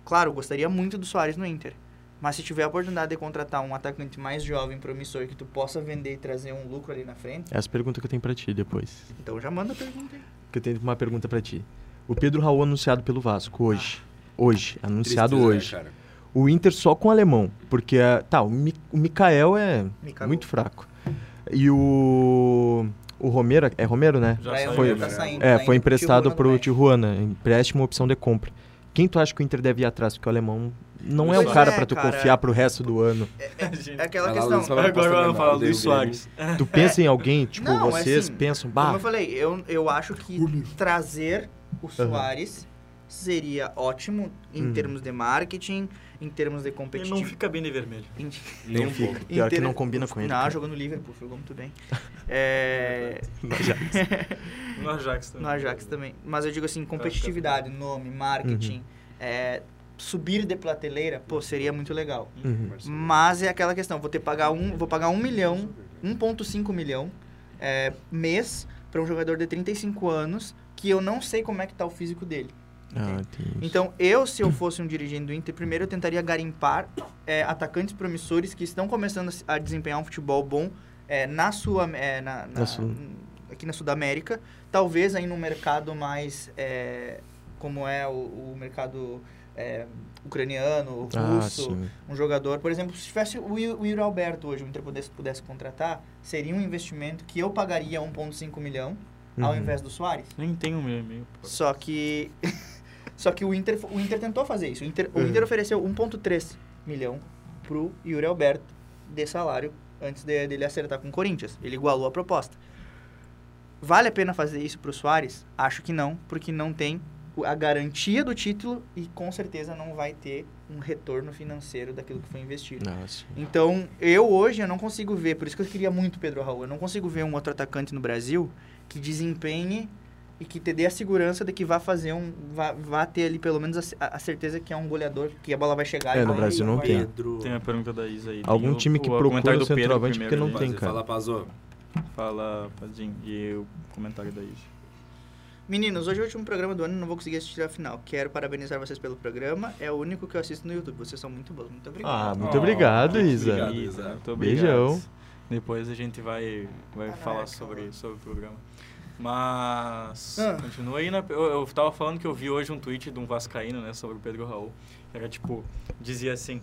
Speaker 1: claro, gostaria muito do Soares no Inter. Mas se tiver a oportunidade de contratar um atacante mais jovem, promissor, que tu possa vender e trazer um lucro ali na frente,
Speaker 3: É as perguntas que eu tenho pra ti depois.
Speaker 1: então já manda a pergunta aí.
Speaker 3: Que eu tenho uma pergunta pra ti. O Pedro Raul anunciado pelo Vasco hoje.
Speaker 1: Ah.
Speaker 3: Hoje, anunciado
Speaker 4: Tristeza, né,
Speaker 3: hoje.
Speaker 4: cara?
Speaker 3: O Inter só com o alemão, porque ah, tá, o, Mi o Mikael é
Speaker 1: Me cagou.
Speaker 3: muito fraco. E o o Romero, é Romero, né?
Speaker 2: Já
Speaker 1: Brian
Speaker 2: saiu,
Speaker 3: foi-
Speaker 1: Romero tá
Speaker 4: né?
Speaker 1: saindo, tá
Speaker 3: É,
Speaker 1: indo
Speaker 3: foi
Speaker 1: pro né?
Speaker 3: emprestado
Speaker 1: Tijuana
Speaker 3: pro
Speaker 1: também.
Speaker 3: Tijuana, empréstimo opção de compra. Quem tu acha que o Inter deve ir atrás? Porque o alemão não é
Speaker 2: Pois
Speaker 3: o cara
Speaker 1: é,
Speaker 3: pra tu
Speaker 1: cara.
Speaker 3: confiar pro resto do ano.
Speaker 2: né?
Speaker 1: É aquela
Speaker 4: Vai lá,
Speaker 1: questão.
Speaker 4: Luiz, fala-
Speaker 2: Agora vamos falar do
Speaker 4: Daí o
Speaker 2: Luiz Soares.
Speaker 3: Tu pensa em alguém, tipo,
Speaker 1: É. Não, é
Speaker 3: vocês
Speaker 1: assim,
Speaker 3: pensam,
Speaker 1: Como
Speaker 3: bah,
Speaker 1: eu falei, eu, eu acho que trazer o Soares seria ótimo em
Speaker 3: Uhum.
Speaker 1: termos de marketing, em termos de
Speaker 2: Ele não
Speaker 1: competitividade.
Speaker 2: fica bem de vermelho.
Speaker 4: Nem um
Speaker 3: fica.
Speaker 4: pouco.
Speaker 3: Pior que não combina com ele,
Speaker 1: Não,
Speaker 3: cara.
Speaker 1: jogou no Liverpool, jogou muito bem. É,
Speaker 2: No Ajax também.
Speaker 1: No Ajax também. Mas eu digo assim, competitividade, nome, marketing,
Speaker 3: Uhum.
Speaker 1: é, subir de prateleira, pô, seria muito legal.
Speaker 4: né,
Speaker 3: Uhum.
Speaker 1: Mas é aquela questão, vou ter que pagar um, vou pagar um milhão, 1.5 milhão é, mês pra um jogador de 35 anos que eu não sei como é que tá o físico dele.
Speaker 3: Ah, tem isso.
Speaker 1: Então, eu, se eu fosse um dirigente do Inter, primeiro eu tentaria garimpar é, atacantes promissores que estão começando a se- a desempenhar um futebol bom é, na sua é, na, na-
Speaker 3: Na Sul.
Speaker 1: aqui na Sudamérica, talvez aí no mercado mais é, como é o, o mercado é, ucraniano,
Speaker 3: Ah,
Speaker 1: russo,
Speaker 3: sim.
Speaker 1: um jogador, por exemplo, se tivesse o I- o Yuri Alberto hoje, o Inter pudesse, pudesse contratar, seria um investimento que eu pagaria 1,5 milhão ao
Speaker 3: Uhum.
Speaker 1: invés do Soares.
Speaker 2: Nem tem o meu e-mail. pô.
Speaker 1: Só que. só que o Inter, o Inter tentou fazer isso. O Inter, o Inter ofereceu 1,3 milhão pro Yuri Alberto de salário antes de- dele acertar com o Corinthians. Ele igualou a proposta. Vale a pena fazer isso pro Soares? Acho que não, porque não tem o- a garantia do título e com certeza não vai ter um retorno financeiro daquilo que foi investido.
Speaker 3: Ah, sim.
Speaker 1: Então, eu hoje eu não consigo ver, por isso que eu queria muito o Pedro Raul, eu não consigo ver um outro atacante no Brasil que desempenhe e que te dê a segurança de que vá fazer um. vá, vá ter ali pelo menos a ce- a, a certeza que é um goleador, que a bola vai chegar
Speaker 3: É,
Speaker 1: e
Speaker 3: no
Speaker 1: vai.
Speaker 3: Brasil não
Speaker 1: vai-
Speaker 3: tem.
Speaker 4: Pedro.
Speaker 2: Tem a pergunta da Isa aí.
Speaker 3: Algum
Speaker 2: Tem
Speaker 3: time que
Speaker 2: o
Speaker 3: procura
Speaker 2: comentário do Pedro
Speaker 3: centroavante porque
Speaker 2: primeiro
Speaker 3: não
Speaker 2: ali.
Speaker 3: tem, cara.
Speaker 4: Fala, Pazô.
Speaker 2: Fala, Padinho, e o comentário da Isa.
Speaker 1: Meninos, hoje é o último programa do ano, não vou conseguir assistir a final. Quero parabenizar vocês pelo programa, é o único que eu assisto no YouTube. Vocês são muito bons, muito
Speaker 3: Ah,
Speaker 1: obrigado.
Speaker 3: muito
Speaker 4: Oh,
Speaker 3: obrigado,
Speaker 4: muito
Speaker 3: Isa.
Speaker 4: obrigado. Isa.
Speaker 2: Muito obrigado.
Speaker 3: Beijão.
Speaker 2: Depois a gente vai, vai
Speaker 1: Caraca,
Speaker 2: falar
Speaker 1: mano.
Speaker 2: sobre, sobre o programa. Mas,
Speaker 1: Ah.
Speaker 2: continua aí, né? Eu, eu tava falando que eu vi hoje um tweet de um vascaíno, né, sobre o Pedro Raul. Era tipo, dizia assim,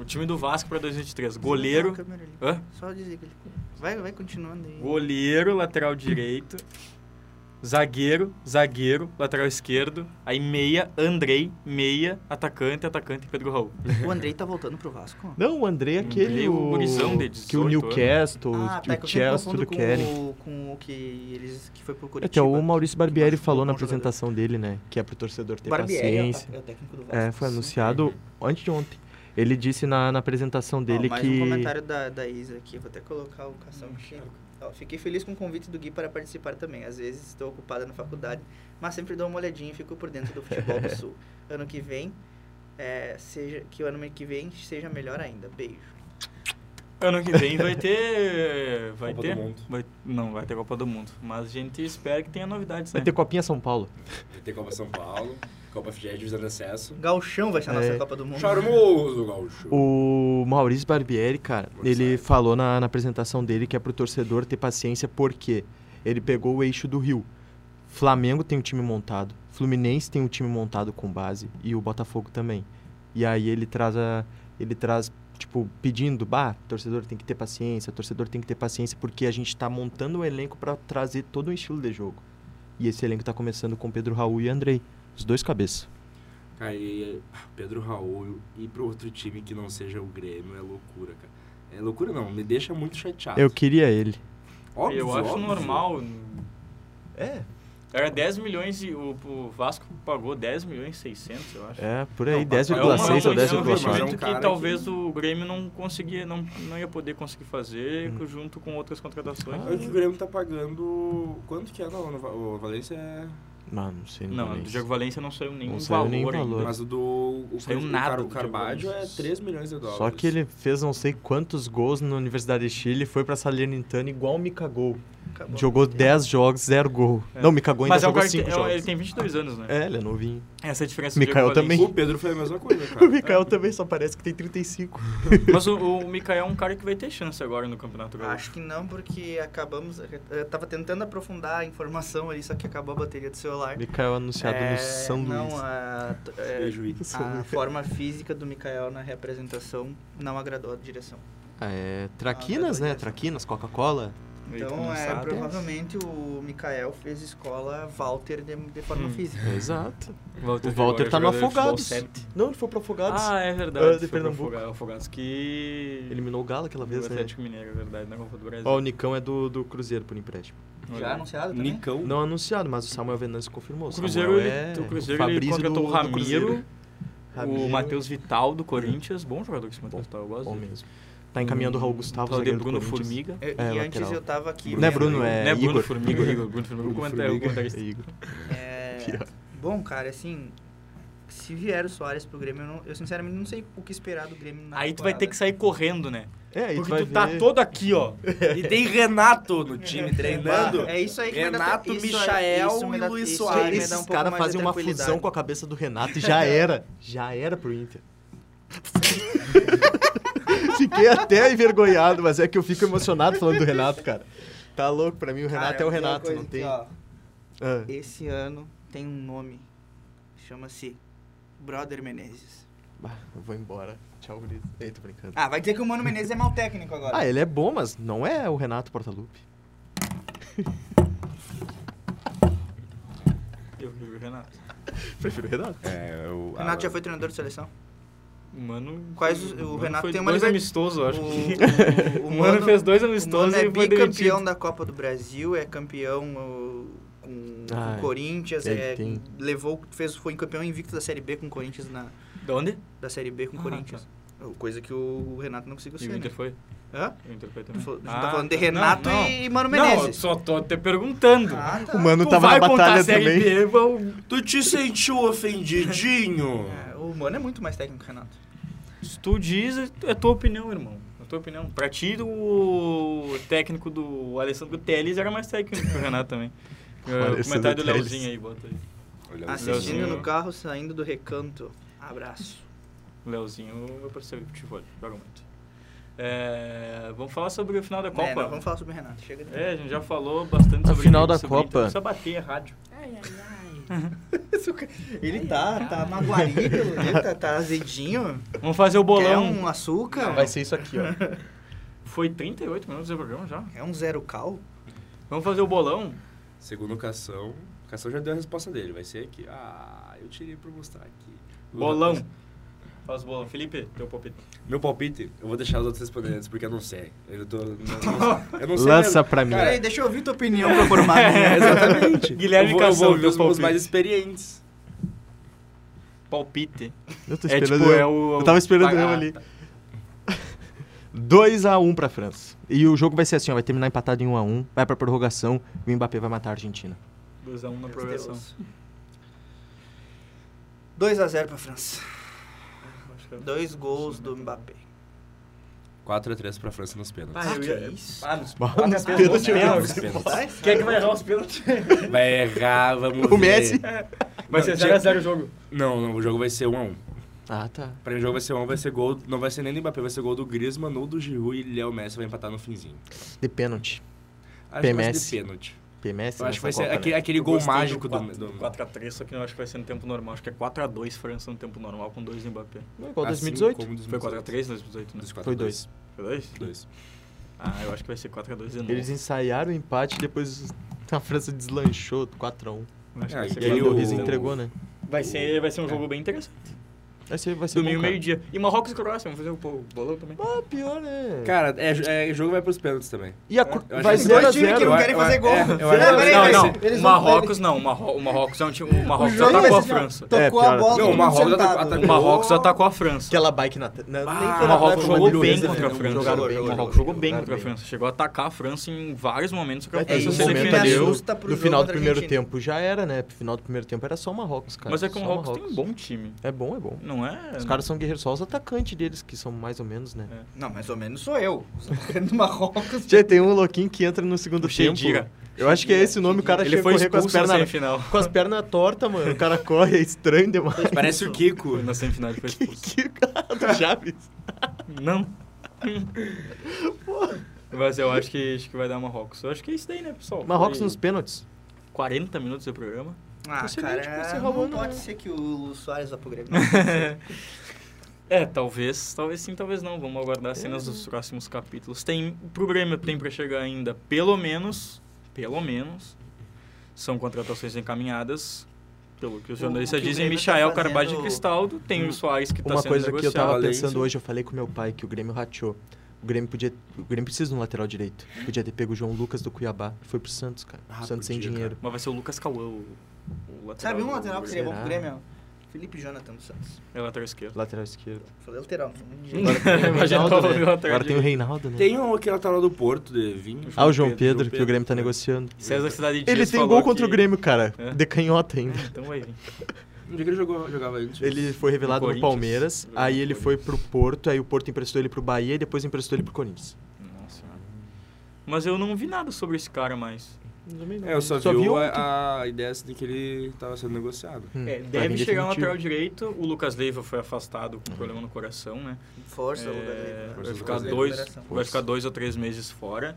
Speaker 2: o time do Vasco pra 2023,
Speaker 1: Só a
Speaker 2: goleiro...
Speaker 1: câmera ali.
Speaker 2: Hã?
Speaker 1: Só dizer que ele. Vai, vai continuando aí.
Speaker 2: Goleiro, lateral direito, zagueiro, zagueiro, lateral esquerdo, aí meia, Andrei, meia, atacante, atacante, Pedro Raul.
Speaker 1: O Andrei tá voltando pro Vasco.
Speaker 3: Não, o André é aquele
Speaker 2: Andrei, o
Speaker 3: o...
Speaker 2: gurizão de
Speaker 3: que o
Speaker 2: 18
Speaker 3: Newcastle, que
Speaker 1: né? Ah,
Speaker 3: o
Speaker 1: tá, que eu sempre
Speaker 3: Chelsea, tudo
Speaker 1: confundo
Speaker 3: querem.
Speaker 1: Com o, com o que eles que foi pro
Speaker 3: É
Speaker 1: Curitiba.
Speaker 3: que é o Maurício Barbieri
Speaker 1: machucou
Speaker 3: falou
Speaker 1: um
Speaker 3: na
Speaker 1: bom jogador.
Speaker 3: apresentação dele, né? Que é pro torcedor ter
Speaker 1: Barbieri é o
Speaker 3: paciência.
Speaker 1: ta- é o técnico do Vasco.
Speaker 3: É, foi anunciado antes de ontem. Ele disse na, na apresentação
Speaker 1: Ó,
Speaker 3: dele
Speaker 1: mais
Speaker 3: que.
Speaker 1: um comentário da, da Isa aqui, vou até colocar o cação aqui. Ó, fiquei feliz com o convite do Gui para participar também. Às vezes estou ocupada na faculdade, mas sempre dou uma olhadinha e fico por dentro do futebol do Sul. Ano que vem, é, seja que o ano que vem seja melhor ainda. Beijo.
Speaker 2: Ano que vem vai ter. Vai
Speaker 4: Copa
Speaker 2: ter.
Speaker 4: do Mundo.
Speaker 2: vai- não, vai ter Copa do Mundo. Mas a gente espera que tenha novidades, né?
Speaker 3: Vai ter Copinha São Paulo.
Speaker 4: Tem Copa São Paulo, Copa FGE, divisão de acesso.
Speaker 1: Galchão vai ser a nossa
Speaker 3: É.
Speaker 1: Copa do Mundo.
Speaker 4: Charmoso, Gaúcho.
Speaker 3: O Maurício Barbieri, cara,
Speaker 4: Boa
Speaker 3: ele
Speaker 4: tarde.
Speaker 3: falou na, na apresentação dele que é pro torcedor ter paciência porque ele pegou o eixo do Rio. Flamengo tem um time montado, Fluminense tem um time montado com base e o Botafogo também. E aí ele traz a ele traz tipo pedindo, bah, torcedor tem que ter paciência, torcedor tem que ter paciência porque a gente tá montando um elenco pra trazer todo um estilo de jogo. E esse elenco tá começando com Pedro Raul e Andrei, os dois cabeças.
Speaker 4: Cara, e ah, Pedro Raul ir pro outro time que não seja o Grêmio é loucura, cara. É loucura não, me deixa muito chateado.
Speaker 3: Eu queria ele.
Speaker 4: Óbvio,
Speaker 2: Eu acho
Speaker 4: óbvio.
Speaker 2: normal.
Speaker 3: É,
Speaker 2: Era 10 milhões e o, o Vasco pagou 10 milhões e 600, eu acho.
Speaker 3: é por aí,
Speaker 4: Não,
Speaker 3: 10,6
Speaker 4: é uma- é
Speaker 3: ou
Speaker 4: uma- é uma-
Speaker 3: 10,4.
Speaker 4: é um
Speaker 2: que
Speaker 4: cara
Speaker 2: talvez
Speaker 4: que-
Speaker 2: o Grêmio não conseguia, não, não ia poder conseguir fazer
Speaker 3: Hum.
Speaker 2: co- junto com outras contratações.
Speaker 4: É que o Grêmio tá pagando. Quanto que é? Não, no Va- o Valência é.
Speaker 3: Não, não sei.
Speaker 2: não,
Speaker 3: nem
Speaker 2: do
Speaker 3: isso.
Speaker 2: Diego Valência não saiu nenhum
Speaker 3: Não saiu
Speaker 2: valor.
Speaker 3: nem valor.
Speaker 2: ainda.
Speaker 4: Mas o do. O,
Speaker 2: Saiu
Speaker 4: o,
Speaker 2: nada
Speaker 4: Car-
Speaker 2: do
Speaker 4: o Carvalho é
Speaker 2: Diego.
Speaker 4: 3 milhões de dólares.
Speaker 3: Só que ele fez não sei quantos gols na Universidade de Chile, foi pra Salernitana igual o Micagol.
Speaker 1: Acabou. É.
Speaker 3: Jogou 10 jogos, 0 gol.
Speaker 2: É.
Speaker 3: Não, o Micagol ainda
Speaker 2: Mas é um
Speaker 3: jogou
Speaker 2: cara que
Speaker 3: 5
Speaker 2: tem- é um-
Speaker 3: jogos.
Speaker 2: ele tem 22 anos, né?
Speaker 3: É, ele é novinho.
Speaker 2: Essa é a diferença do
Speaker 3: Mikael
Speaker 2: Diego Valencia.
Speaker 3: também.
Speaker 4: O Pedro foi a mesma coisa,
Speaker 3: O
Speaker 4: cara.
Speaker 3: Mikael também só parece que tem 35.
Speaker 2: Mas o, o Mikael é um cara que vai ter chance agora no Campeonato
Speaker 4: Ah,
Speaker 2: Gaúcho.
Speaker 1: Acho que não, porque acabamos. Eu tava tentando aprofundar a informação ali, só que acabou a bateria do celular.
Speaker 3: Mikael anunciado
Speaker 1: É,
Speaker 3: no São
Speaker 1: não,
Speaker 3: Luís.
Speaker 1: a, t- é,
Speaker 4: Beijo, Ita.
Speaker 1: a forma física do Mikael na representação não agradou a direção.
Speaker 3: Ah, é, traquinas, né? Traquinas, Coca-Cola.
Speaker 2: Meio
Speaker 1: Então, é,
Speaker 2: cansado.
Speaker 1: provavelmente o Mikael fez escola Walter de, de forma
Speaker 2: Hum.
Speaker 1: física.
Speaker 3: É, Exato.
Speaker 2: Walter
Speaker 3: O Walter tá no
Speaker 2: jogador de futebol
Speaker 3: Afogados.
Speaker 2: sete.
Speaker 3: Não, ele foi pro Afogados.
Speaker 2: Ah, é verdade.
Speaker 3: Ah, de
Speaker 2: foi pro
Speaker 3: Pernambuco.
Speaker 2: Afoga- Afogados que...
Speaker 3: Eliminou o Galo aquela
Speaker 2: o
Speaker 3: vez, né?
Speaker 2: Atlético Mineiro, é verdade, na Copa do Brasil.
Speaker 3: Ó, o Nicão é do, do Cruzeiro por empréstimo.
Speaker 1: Já anunciado também?
Speaker 4: Nicão.
Speaker 3: Não anunciado, mas o Samuel Venâncio confirmou.
Speaker 2: o Cruzeiro,
Speaker 3: Samuel
Speaker 2: ele,
Speaker 3: é
Speaker 2: o Cruzeiro ele
Speaker 3: Fabrício
Speaker 2: contratou
Speaker 3: do-
Speaker 2: o
Speaker 3: do Cruzeiro.
Speaker 2: Ramiro, o
Speaker 3: Ramiro.
Speaker 2: Matheus Vital do Corinthians. Bom jogador esse Matheus Vital, eu gosto
Speaker 3: Bom
Speaker 2: dele.
Speaker 3: mesmo. Tá encaminhando o Raul Gustavo,
Speaker 2: Claudio
Speaker 3: zagueiro do
Speaker 2: Bruno
Speaker 3: Corinthians.
Speaker 2: Formiga.
Speaker 1: Eu-
Speaker 3: É,
Speaker 1: e antes
Speaker 3: lateral.
Speaker 1: eu tava aqui.
Speaker 3: Não é
Speaker 1: vendo-
Speaker 3: Bruno, é,
Speaker 2: né? Bruno
Speaker 3: Igor.
Speaker 2: Formiga, Igor, Bruno Formiga.
Speaker 4: Bruno
Speaker 2: Comenta- eu
Speaker 4: Formiga.
Speaker 2: comentarista.
Speaker 3: É Igor.
Speaker 1: É,
Speaker 3: Piada.
Speaker 1: Bom, cara, assim. Se vier o Soares pro Grêmio, eu, não- eu sinceramente não sei o que esperar do Grêmio na
Speaker 2: Aí tu vai ter que
Speaker 1: temporada.
Speaker 2: sair correndo, né?
Speaker 3: É, aí
Speaker 2: Porque
Speaker 3: vai
Speaker 2: tu tá
Speaker 3: ver.
Speaker 2: todo aqui, ó.
Speaker 4: E tem Renato no time treinando.
Speaker 1: É isso aí que me dá-
Speaker 4: Renato,
Speaker 1: isso aí-
Speaker 4: Michael
Speaker 1: isso me dá-
Speaker 4: e Luiz
Speaker 1: isso aí
Speaker 4: Soares.
Speaker 1: me dá um
Speaker 3: Esses
Speaker 1: pouco
Speaker 3: caras
Speaker 1: mais de
Speaker 3: fazem uma
Speaker 1: tranquilidade.
Speaker 3: fusão com a cabeça do Renato e já era. Já era pro Inter. Fiquei até envergonhado, mas é que eu fico emocionado falando do Renato, cara. Tá louco, pra mim o Renato
Speaker 1: Cara,
Speaker 3: é o
Speaker 1: tem uma
Speaker 3: Renato,
Speaker 1: coisa
Speaker 3: não
Speaker 1: que,
Speaker 3: tem...
Speaker 1: ó,
Speaker 3: Ah.
Speaker 1: esse ano tem um nome. Chama-se Brother Menezes.
Speaker 3: Bah, eu vou embora. Tchau, Brito. Ei, tô brincando.
Speaker 1: Ah, vai dizer que o Mano Menezes é mal técnico agora.
Speaker 3: Ah, ele é bom, mas não é o Renato Portaluppi.
Speaker 2: Eu vi o Renato.
Speaker 3: Prefiro o Renato.
Speaker 4: É, eu,
Speaker 1: o Renato já foi treinador de seleção.
Speaker 2: Mano.
Speaker 1: Quais os- o
Speaker 2: mano
Speaker 1: Renato
Speaker 2: foi
Speaker 1: tem uma
Speaker 2: dois
Speaker 1: liber-
Speaker 2: amistosos, eu acho. que-
Speaker 1: O,
Speaker 2: O, mano, fez dois amistosos
Speaker 1: o Mano
Speaker 2: e foi
Speaker 1: é bicampeão
Speaker 2: demitido.
Speaker 1: da Copa do Brasil, é campeão uh, com, com
Speaker 3: Ah,
Speaker 1: o Corinthians,
Speaker 3: ele
Speaker 1: é,
Speaker 3: tem.
Speaker 1: levou, fez, foi campeão invicto da Série B com o Corinthians na
Speaker 2: De onde?
Speaker 1: da Série B com o
Speaker 2: Ah,
Speaker 1: Corinthians. Oh, Coisa que o Renato não conseguiu
Speaker 2: E
Speaker 1: ser.
Speaker 2: o
Speaker 1: Né?
Speaker 2: Inter foi.
Speaker 1: Hã?
Speaker 2: O Inter foi
Speaker 1: Tu
Speaker 2: também.
Speaker 1: falou- tu
Speaker 2: Ah,
Speaker 1: tá falando de
Speaker 2: tá.
Speaker 1: Renato
Speaker 2: Não,
Speaker 1: e Mano
Speaker 2: Não, eu
Speaker 1: Menezes.
Speaker 2: só tô te perguntando.
Speaker 1: Ah,
Speaker 3: O
Speaker 1: tá.
Speaker 3: mano
Speaker 2: Tu
Speaker 3: tava
Speaker 2: vai
Speaker 3: na
Speaker 2: contar a
Speaker 3: batalha
Speaker 2: Série
Speaker 3: também.
Speaker 2: B, vão-
Speaker 4: Tu te sentiu ofendidinho?
Speaker 1: É, o Mano é muito mais técnico que o Renato.
Speaker 2: Se tu diz, é tua opinião, irmão. É tua opinião. Pra ti, o técnico do Alessandro Teles era mais técnico que o Renato também.
Speaker 3: Alessandro
Speaker 2: Uh, comentário do
Speaker 3: Telles.
Speaker 2: Leozinho aí, bota aí.
Speaker 4: Olha,
Speaker 1: Assistindo
Speaker 2: Leozinho.
Speaker 1: no carro, saindo do recanto. Abraço.
Speaker 2: O Leozinho é parceiro de futebol, joga muito. É, vamos falar sobre o final da Copa.
Speaker 1: É,
Speaker 2: É,
Speaker 1: não, vamos falar sobre o Renato. Chega de...
Speaker 2: a gente já falou bastante
Speaker 3: A
Speaker 2: sobre
Speaker 3: final
Speaker 2: isso,
Speaker 3: da
Speaker 2: sobre
Speaker 3: Copa.
Speaker 2: Inter. Precisa bater a rádio.
Speaker 1: Ele tá, tá maguarido, ele tá, tá azedinho.
Speaker 2: Vamos fazer o
Speaker 1: Quer
Speaker 2: bolão.
Speaker 1: um açúcar?
Speaker 3: Vai ser isso aqui, ó.
Speaker 2: Foi 38 minutos de programa já.
Speaker 1: É um zero cal?
Speaker 2: Vamos fazer o bolão.
Speaker 4: Segundo o Cação, o Cação já deu a resposta dele, vai ser aqui. Ah, eu tirei pra mostrar aqui.
Speaker 2: Bolão. Faz o bolão. Felipe, teu palpite.
Speaker 4: Meu palpite, eu vou deixar os outros respondentes, porque eu não sei. Eu, tô, não- não- eu não sei.
Speaker 3: Lança
Speaker 4: mesmo.
Speaker 3: pra mim.
Speaker 1: Peraí, deixa eu ouvir tua opinião pra formar a
Speaker 4: é
Speaker 1: minha.
Speaker 4: Exatamente.
Speaker 2: Guilherme
Speaker 4: eu vou, eu
Speaker 2: Cação,
Speaker 4: vou ouvir
Speaker 2: teu
Speaker 4: os meus
Speaker 2: palpite.
Speaker 4: mais experientes.
Speaker 2: Palpite.
Speaker 3: Eu tô
Speaker 2: É
Speaker 3: esperando.
Speaker 2: tipo,
Speaker 3: eu.
Speaker 2: é o...
Speaker 3: eu tava esperando
Speaker 2: Ah,
Speaker 3: eu ali. 2x1 pra França. E o jogo vai ser assim, ó, vai terminar empatado em 1x1, vai pra prorrogação e o Mbappé vai matar a Argentina.
Speaker 2: 2x1 na progressão.
Speaker 1: 2x0 pra França.
Speaker 2: Acho que é-
Speaker 1: Dois gols do Mbappé.
Speaker 4: 4x3 pra França nos pênaltis.
Speaker 2: Ah, eu ia...
Speaker 1: isso?
Speaker 2: Ah, nos
Speaker 3: Mano,
Speaker 1: um.
Speaker 3: os
Speaker 2: pênaltis.
Speaker 3: pênaltis,
Speaker 2: Pênaltis.
Speaker 4: Nos pênaltis.
Speaker 2: Quem é que vai errar os pênaltis?
Speaker 4: Vai errar, vamos
Speaker 3: O
Speaker 4: ver.
Speaker 3: Messi.
Speaker 2: Vai
Speaker 4: Não,
Speaker 2: ser
Speaker 4: tinha-
Speaker 2: 0x0 o jogo.
Speaker 4: Não, não, o jogo vai ser 1x1.
Speaker 3: Ah, tá.
Speaker 4: Pra mim o jogo vai ser 1, vai ser gol, não vai ser nem do Mbappé, vai ser gol do Griezmann ou do Giroud e Léo Messi vai empatar no finzinho.
Speaker 3: De pênalti.
Speaker 4: Acho que vai
Speaker 3: PMS.
Speaker 4: ser de pênalti.
Speaker 3: PMS?
Speaker 4: Eu acho que vai
Speaker 3: nessa
Speaker 4: ser
Speaker 3: Copa, né?
Speaker 4: aquele, aquele
Speaker 2: Eu
Speaker 4: gol
Speaker 2: gostei do
Speaker 4: mágico do...
Speaker 2: quatro-
Speaker 4: do-
Speaker 2: 4x3, só que eu acho que vai ser no tempo normal. Acho que é 4x2 França no tempo normal com 2 do Mbappé.
Speaker 3: Não, igual
Speaker 4: assim
Speaker 3: 2018.
Speaker 4: como tá.
Speaker 2: Foi 4x3 em 2018, né?
Speaker 4: Dos
Speaker 3: Foi
Speaker 4: 4x2.
Speaker 2: Foi 2?
Speaker 4: 2.
Speaker 2: Ah, eu acho que vai ser 4x2 de novo.
Speaker 3: Eles ensaiaram o empate e depois a França deslanchou 4x1.
Speaker 2: Eu Acho que vai
Speaker 4: É,
Speaker 2: ser
Speaker 4: e
Speaker 3: E aí o
Speaker 2: 4x2.
Speaker 3: Riz entregou, né?
Speaker 2: Vai ser, vai ser um jogo bem interessante.
Speaker 3: Vai ser, vai ser
Speaker 2: Domingo,
Speaker 3: bom, cara.
Speaker 2: meio-dia. E Marrocos e Croácia, vamos fazer o po- bolão também.
Speaker 3: Ah, pior, né?
Speaker 4: Cara, é, é, o jogo vai pros pênaltis também.
Speaker 3: e a
Speaker 4: eu
Speaker 3: cur-
Speaker 4: acho
Speaker 3: vai
Speaker 4: que
Speaker 1: Os dois
Speaker 3: 0 a
Speaker 1: times que não
Speaker 3: 0
Speaker 1: querem
Speaker 4: Eu- eu-
Speaker 1: fazer gol.
Speaker 4: é, eu acho-
Speaker 1: Peraí, peraí,
Speaker 2: Não,
Speaker 1: peraí.
Speaker 2: não.
Speaker 6: eles vão-
Speaker 2: Marrocos não. O Marro- o Marrocos é um time... O Marrocos
Speaker 6: jogo vai
Speaker 2: atacou a
Speaker 6: ser de-
Speaker 2: França.
Speaker 3: É,
Speaker 1: Tocou
Speaker 3: pior.
Speaker 1: a bola
Speaker 4: Não, o
Speaker 1: todo mundo
Speaker 4: Marrocos tá
Speaker 1: sentado.
Speaker 4: atacou-
Speaker 2: O Marrocos atacou a França.
Speaker 3: Aquela bike na... na
Speaker 4: Ah,
Speaker 3: nem foi
Speaker 2: O
Speaker 3: na
Speaker 2: Marrocos
Speaker 3: trave, foi uma
Speaker 2: jogou bem
Speaker 3: defesa,
Speaker 2: contra a
Speaker 3: né?
Speaker 2: França.
Speaker 3: Jogaram bem,
Speaker 2: O Marrocos
Speaker 3: Marrocos
Speaker 2: jogou bem É contra a
Speaker 3: jogaram bem.
Speaker 2: França. Chegou a atacar a França em vários momentos, só que a
Speaker 3: Vai ter
Speaker 2: França
Speaker 3: um
Speaker 1: isso
Speaker 2: se
Speaker 1: que me
Speaker 3: momento ali,
Speaker 2: defendeu.
Speaker 1: assusta. pro
Speaker 3: no
Speaker 1: jogo
Speaker 3: final do
Speaker 1: contra a
Speaker 3: primeiro
Speaker 1: Argentina.
Speaker 3: tempo já era, né? Final do primeiro tempo era só o Marrocos, cara.
Speaker 2: Mas é que o
Speaker 3: Só
Speaker 2: Marrocos tem um bom time.
Speaker 3: É bom, é bom.
Speaker 2: Não é?
Speaker 3: Os caras são guerreiros, só os atacantes deles, que são mais ou menos, né?
Speaker 1: Não, mais ou menos sou eu. Do Marrocos.
Speaker 3: Tchê, tem um louquinho que entra no segundo
Speaker 2: O Shedira.
Speaker 3: Eu acho que é esse o nome, o cara
Speaker 2: Ele
Speaker 3: chega a
Speaker 2: foi
Speaker 3: correr com as
Speaker 2: expulso na
Speaker 3: pernas.
Speaker 2: semifinal.
Speaker 3: Com as pernas tortas, mano. O cara corre, é estranho demais.
Speaker 4: Parece o Kiko.
Speaker 2: Foi Na semifinal ele foi expulso.
Speaker 3: Que cara do Chaves.
Speaker 2: Não. Mas eu acho que, acho que vai dar Marrocos. Eu acho que é isso daí, né, pessoal?
Speaker 3: Marrocos
Speaker 2: Foi
Speaker 3: nos pênaltis.
Speaker 2: 40 minutos do programa.
Speaker 1: Ah,
Speaker 3: Você nem, tipo,
Speaker 1: cara,
Speaker 3: se
Speaker 1: não
Speaker 3: roubou,
Speaker 1: pode
Speaker 3: né?
Speaker 1: ser que o Soares vá pro Grêmio.
Speaker 2: É, talvez, talvez sim, talvez não. Vamos aguardar as cenas dos próximos capítulos. Tem pro Grêmio tem pra chegar ainda, pelo menos, pelo menos são contratações encaminhadas. Pelo que os
Speaker 1: O- o
Speaker 2: jornalistas
Speaker 1: que o
Speaker 2: dizem,
Speaker 1: Grêmio tá
Speaker 2: Michael
Speaker 1: fazendo- um
Speaker 2: Carvalho de Cristaldo, tem o Soares que tá
Speaker 3: Uma
Speaker 2: sendo
Speaker 3: coisa que eu
Speaker 2: negociado.
Speaker 3: tava
Speaker 4: Valência.
Speaker 3: pensando hoje, eu falei com meu pai que o Grêmio rachou. O Grêmio podia. O Grêmio precisa de um lateral direito. Podia ter pego o João Lucas do Cuiabá. Foi pro Santos, cara.
Speaker 4: Ah,
Speaker 3: o Santos sem
Speaker 4: podia,
Speaker 3: dinheiro.
Speaker 2: Mas vai ser o Lucas Cauã, o, o lateral.
Speaker 1: Sabe um
Speaker 2: do
Speaker 1: lateral que seria bom pro
Speaker 3: Será?
Speaker 1: Grêmio? Felipe Jonathan dos Santos.
Speaker 2: É o lateral esquerdo.
Speaker 3: Lateral esquerdo.
Speaker 1: Falei lateral. não falei
Speaker 2: Agora
Speaker 1: de-
Speaker 3: Reinaldo, né?
Speaker 2: tem o Reinaldo, né?
Speaker 3: Agora tem o
Speaker 2: Direito.
Speaker 3: Reinaldo, né?
Speaker 4: Tem um aqui na tela do Porto, de vinho. É.
Speaker 3: Ah, o João Pedro,
Speaker 2: Pedro,
Speaker 3: que o Grêmio tá negociando.
Speaker 2: César Cidade Dias
Speaker 3: Ele tem
Speaker 2: falou
Speaker 3: gol contra o
Speaker 2: que-
Speaker 3: Grêmio, cara.
Speaker 2: É?
Speaker 3: De canhota ainda.
Speaker 2: Então vai vir.
Speaker 4: Onde é que ele jogou, jogava antes?
Speaker 3: Ele foi revelado
Speaker 2: No
Speaker 3: no,
Speaker 2: Corinthians.
Speaker 3: Palmeiras,
Speaker 2: Jogou
Speaker 3: aí
Speaker 2: no
Speaker 3: ele foi pro Porto, aí o Porto emprestou ele pro Bahia e depois emprestou ele pro Corinthians.
Speaker 2: Nossa senhora. Mas eu não vi nada sobre esse cara mais.
Speaker 4: É, eu só,
Speaker 3: Só
Speaker 4: vi,
Speaker 3: vi
Speaker 4: o-
Speaker 3: ontem. Hum.
Speaker 4: a, a ideia de que ele tava sendo negociado.
Speaker 2: É,
Speaker 3: Pra
Speaker 2: deve
Speaker 3: mim,
Speaker 2: chegar
Speaker 3: definitivo. Hum.
Speaker 2: um lateral direito. O Lucas Leiva foi afastado com problema no coração, né?
Speaker 1: Força,
Speaker 2: É,
Speaker 1: Lucas
Speaker 2: vai
Speaker 4: Força,
Speaker 2: ficar
Speaker 4: Lucas Leiva.
Speaker 2: dois,
Speaker 1: Recuperação.
Speaker 2: vai ficar dois ou três meses fora.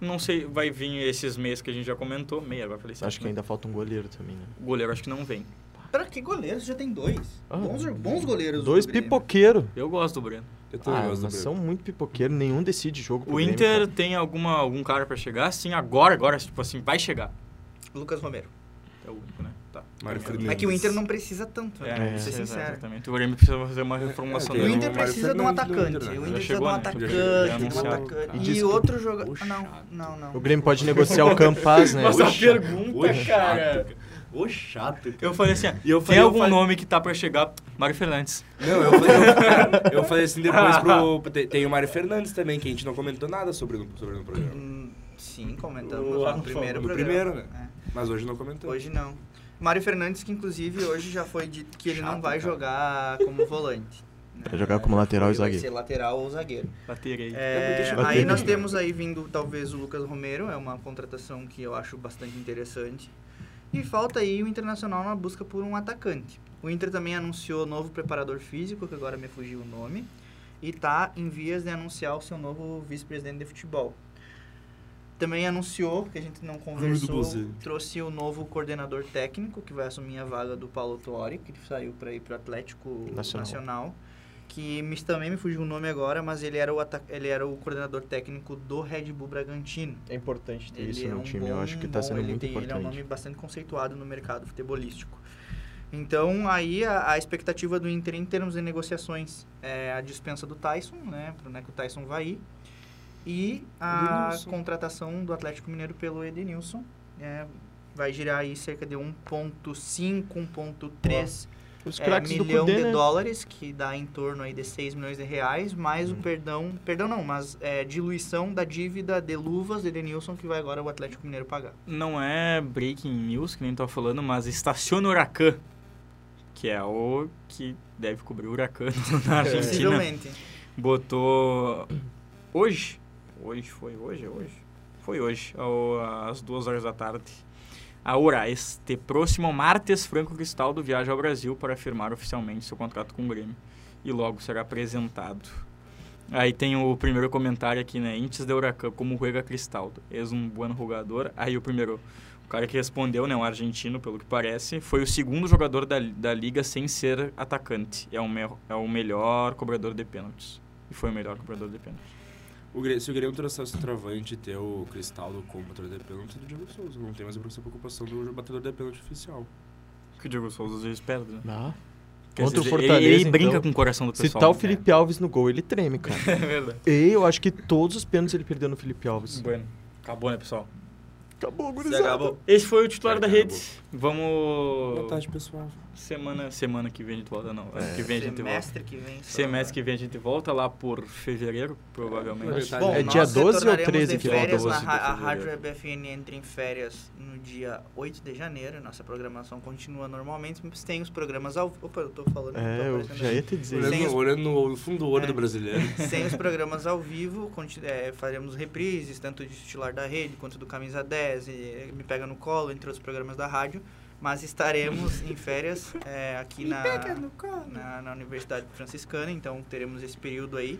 Speaker 2: Não sei, vai vir esses meses que a gente já comentou, meia, vai falar
Speaker 3: Acho que ainda falta um goleiro também, né?
Speaker 2: O goleiro acho que não vem.
Speaker 1: Pra que goleiros? Já tem dois.
Speaker 3: Ah,
Speaker 1: bons, bons goleiros.
Speaker 3: Dois
Speaker 1: do Grêmio.
Speaker 3: pipoqueiros.
Speaker 2: Eu gosto do Breno.
Speaker 4: Eu também
Speaker 3: Ah,
Speaker 4: gosto do
Speaker 3: mas
Speaker 4: Breno.
Speaker 3: são muito pipoqueiros, nenhum decide jogo. pro
Speaker 2: O
Speaker 3: Grêmio,
Speaker 2: Inter
Speaker 3: cara.
Speaker 2: tem alguma, algum cara pra chegar? Sim, agora, agora, tipo assim, vai chegar.
Speaker 1: Lucas Romero.
Speaker 2: É o único, né? Tá.
Speaker 4: Mário
Speaker 1: É
Speaker 4: Fernandes.
Speaker 1: que o Inter não precisa tanto, né?
Speaker 3: É.
Speaker 1: Vamos ser
Speaker 2: exato,
Speaker 1: sincero.
Speaker 2: É, Exatamente. O Grêmio precisa fazer uma reformulação
Speaker 4: É,
Speaker 1: O
Speaker 4: tem
Speaker 2: do
Speaker 1: Inter
Speaker 4: o Mário
Speaker 1: precisa de um
Speaker 4: Fernandes do Inter,
Speaker 1: atacante.
Speaker 4: né?
Speaker 1: O
Speaker 2: Já
Speaker 1: Inter precisa de
Speaker 2: chegou,
Speaker 1: um
Speaker 2: né?
Speaker 1: atacante.
Speaker 2: Já- já
Speaker 1: de um
Speaker 2: anunciaram.
Speaker 1: atacante.
Speaker 3: diz
Speaker 1: E
Speaker 3: que-
Speaker 1: outro jogador.
Speaker 4: Puxa.
Speaker 1: Não, não, não.
Speaker 3: O Grêmio pode negociar o Campaz, né?
Speaker 2: Mas a
Speaker 3: Oxe.
Speaker 2: pergunta,
Speaker 4: Ô,
Speaker 2: cara.
Speaker 4: chato. Ô, chato, cara.
Speaker 2: Eu falei assim, ó,
Speaker 4: E eu
Speaker 2: tem
Speaker 4: falei- eu
Speaker 2: algum
Speaker 4: falei-
Speaker 2: nome que tá pra chegar? Mário Fernandes.
Speaker 4: Não, eu falei, eu falei assim depois pro... tem- Tem o Mário Fernandes também, que a gente não comentou nada sobre no, sobre no programa.
Speaker 1: Hum, Sim, comentamos
Speaker 4: O-
Speaker 1: no
Speaker 4: a-
Speaker 1: primeiro
Speaker 4: no
Speaker 1: programa.
Speaker 4: primeiro, né? Mas hoje não
Speaker 1: É,
Speaker 4: comentou.
Speaker 1: hoje não. Mário Fernandes, que inclusive hoje já foi dito que ele não
Speaker 4: Chato,
Speaker 1: vai
Speaker 4: cara.
Speaker 1: jogar como volante. né?
Speaker 3: Vai jogar como lateral e
Speaker 1: Ele vai
Speaker 3: zagueiro.
Speaker 1: ser lateral ou zagueiro.
Speaker 2: Baterei.
Speaker 1: É,
Speaker 4: Eu vou deixar-
Speaker 1: aí nós temos aí vindo talvez o Lucas Romero, é uma contratação que eu acho bastante interessante. E falta aí o Internacional na busca por um atacante. O Inter também anunciou novo preparador físico, que agora me fugiu o nome, e tá em vias de anunciar o seu novo vice-presidente de futebol. Também anunciou, que a gente não conversou,
Speaker 4: Bolzano.
Speaker 1: trouxe o novo coordenador técnico, que vai assumir a vaga do Paulo Tuori, que saiu para ir para o Atlético
Speaker 3: Nacional.
Speaker 1: Nacional que me, também me fugiu o nome agora, mas ele era o, ata- ele era o coordenador técnico do Red Bull Bragantino.
Speaker 3: É importante ter
Speaker 1: Ele
Speaker 3: isso
Speaker 1: é
Speaker 3: no
Speaker 1: um
Speaker 3: time.
Speaker 1: bom-
Speaker 3: eu acho que tá
Speaker 1: bom-
Speaker 3: sendo
Speaker 1: ele
Speaker 3: muito
Speaker 1: tem- Ele é um
Speaker 3: importante.
Speaker 1: nome bastante conceituado no mercado futebolístico. Então, aí a, a expectativa do Inter em termos de negociações é a dispensa do Tyson, né? Para né, que o Tyson vai ir. E a
Speaker 4: Edenilson.
Speaker 1: contratação do Atlético Mineiro pelo Edenilson. é, vai girar aí cerca de 1,5, 1,3
Speaker 3: Os
Speaker 1: é,
Speaker 3: craques do
Speaker 1: milhão
Speaker 3: Cudê,
Speaker 1: de
Speaker 3: né?
Speaker 1: dólares, que dá em torno aí de 6 milhões de reais, mais
Speaker 3: Hum.
Speaker 1: o perdão, perdão não, mas é, diluição da dívida de luvas de Edenilson, que vai agora o Atlético Mineiro pagar.
Speaker 2: Não é breaking news, que nem tava falando, mas Estaciona Huracan, que é o que deve cobrir o Huracan na Argentina,
Speaker 1: Possivelmente.
Speaker 2: botou hoje, hoje foi hoje, é hoje, foi hoje, ao- às duas horas da tarde, a Ura, este próximo martes, Franco Cristaldo viaja ao Brasil para firmar oficialmente seu contrato com o Grêmio e logo será apresentado. Aí tem o primeiro comentário aqui, né? Antes de Huracan, como juega Cristaldo? És um bom jogador. Aí o primeiro, o cara que respondeu, né? Um argentino, pelo que parece, foi o segundo jogador da, da liga sem ser atacante. É o, me, é o melhor cobrador de pênaltis. E foi o melhor cobrador de pênaltis.
Speaker 4: O Gre- se o Grêmio trouxer o centroavante e ter o Cristaldo como batedor de pênalti, do Diego Souza. Não tem mais essa preocupação do batedor de pênalti oficial.
Speaker 2: Que o Diego Souza às vezes perde, né?
Speaker 3: Ah,
Speaker 2: Quer
Speaker 3: Contra o
Speaker 2: dizer, ele- Ele,
Speaker 3: Fortaleza,
Speaker 2: brinca
Speaker 3: então,
Speaker 2: com o coração do
Speaker 3: se
Speaker 2: pessoal.
Speaker 3: tá o
Speaker 2: né?
Speaker 3: Felipe Alves no gol, ele treme, cara.
Speaker 2: É verdade.
Speaker 3: e eu acho que todos os pênaltis ele perdeu no Felipe Alves.
Speaker 2: Bueno, acabou, né, pessoal?
Speaker 3: Acabou,
Speaker 4: Você
Speaker 3: gurizada.
Speaker 4: acabou.
Speaker 2: Esse foi o titular da
Speaker 4: Acabou.
Speaker 2: rede. Vamos...
Speaker 4: Boa tarde, pessoal.
Speaker 2: Semana, semana que vem a gente volta, não.
Speaker 3: É.
Speaker 2: Ano É. que vem a gente volta.
Speaker 1: Semestre que vem. só.
Speaker 2: Semestre que vem a gente volta lá por fevereiro, provavelmente.
Speaker 4: É.
Speaker 1: Bom,
Speaker 4: É
Speaker 1: nós
Speaker 3: dia 12 ou
Speaker 1: retornaremos
Speaker 3: 13
Speaker 1: de
Speaker 3: que
Speaker 1: férias
Speaker 2: volta
Speaker 1: na
Speaker 2: você
Speaker 1: ra-
Speaker 2: de
Speaker 1: A
Speaker 2: fevereiro.
Speaker 1: Rádio EBFN entra em férias no dia 8 de janeiro. e Nossa programação continua normalmente, mas tem os programas ao vivo. Opa, eu tô falando. tô
Speaker 3: É, eu
Speaker 1: aparecendo
Speaker 3: já
Speaker 1: aqui.
Speaker 3: ia te dizer.
Speaker 1: Sem
Speaker 4: Olhando,
Speaker 1: os-
Speaker 4: olhando no fundo do olho
Speaker 1: É.
Speaker 4: do brasileiro.
Speaker 1: sem os programas ao vivo, conti- eh, faremos reprises, tanto de titular da rede quanto do Camisa 10, e é, Me Pega no Colo, entre outros programas da rádio. Mas estaremos em férias eh, aqui na, na, na Universidade Franciscana, então teremos esse período aí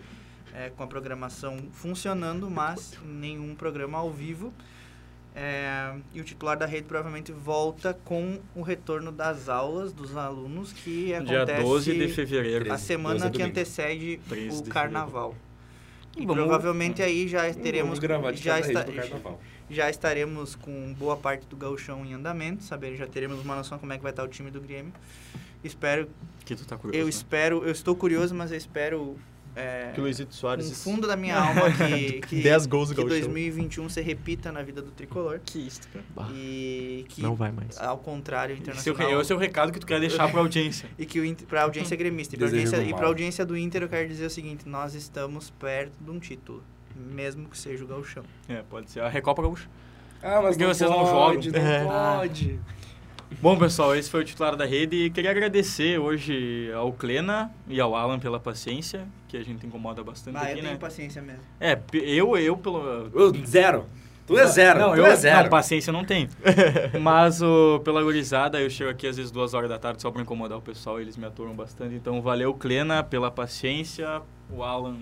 Speaker 1: eh, com a programação funcionando, mas nenhum programa ao vivo. Eh, e o titular da rede provavelmente volta com o retorno das aulas dos alunos que
Speaker 2: Dia
Speaker 1: acontece
Speaker 2: 12 de fevereiro.
Speaker 1: a semana
Speaker 4: 12 é
Speaker 1: que
Speaker 4: domingo.
Speaker 1: antecede
Speaker 2: 13 de
Speaker 1: o
Speaker 2: fevereiro.
Speaker 1: carnaval. E
Speaker 2: Vamos-
Speaker 1: provavelmente aí já teremos
Speaker 4: Vamos gravar de
Speaker 1: já,
Speaker 4: cada
Speaker 1: esta-
Speaker 4: rede pro carnaval.
Speaker 1: já estaremos com boa parte do gauchão em andamento, saber já teremos uma noção como é que vai estar o time do Grêmio. Espero,
Speaker 2: Que tu tá curioso.
Speaker 1: eu
Speaker 2: né?
Speaker 1: espero, eu estou curioso, mas eu espero é,
Speaker 3: Que o Luizito
Speaker 1: no
Speaker 3: Soares.
Speaker 1: fundo da minha alma que que,
Speaker 3: 10 gols do
Speaker 1: que
Speaker 3: Gauchão.
Speaker 1: 2021 se repita na vida do tricolor
Speaker 2: Que isso, cara.
Speaker 3: Bah,
Speaker 1: e que
Speaker 3: Não vai mais.
Speaker 1: ao contrário o
Speaker 2: Esse é o,
Speaker 1: internacional
Speaker 2: re- esse é o recado que tu quer deixar pra audiência.
Speaker 1: E que o Inter, pra
Speaker 2: Hum.
Speaker 1: audiência gremista. E pra
Speaker 4: Desejo
Speaker 1: audiência,
Speaker 4: do
Speaker 1: e pra
Speaker 4: mal.
Speaker 1: audiência do Inter, eu quero dizer o seguinte: nós estamos perto de um título. Mesmo que seja o Gauchão.
Speaker 2: É, pode ser. A Recopa Gaúcha.
Speaker 4: Ah, mas
Speaker 2: Porque
Speaker 4: não
Speaker 2: vocês não
Speaker 4: pode,
Speaker 2: jogam.
Speaker 4: Não
Speaker 3: É.
Speaker 4: pode.
Speaker 2: Bom, pessoal, esse foi o titular da rede e queria agradecer hoje ao Clena e ao Alan pela paciência, que a gente incomoda bastante
Speaker 1: Ah, eu
Speaker 2: aqui,
Speaker 1: tenho
Speaker 2: né?
Speaker 1: paciência mesmo.
Speaker 2: É, p- eu, eu, pelo.
Speaker 4: Ô, Zero. Tu é zero,
Speaker 2: Não,
Speaker 4: tu
Speaker 2: eu,
Speaker 4: é zero.
Speaker 2: não, paciência eu não tenho. Mas ô, pela gurizada, eu chego aqui às vezes duas horas da tarde só pra incomodar o pessoal, eles me aturam bastante. Então valeu, Clena, pela paciência. O Alan,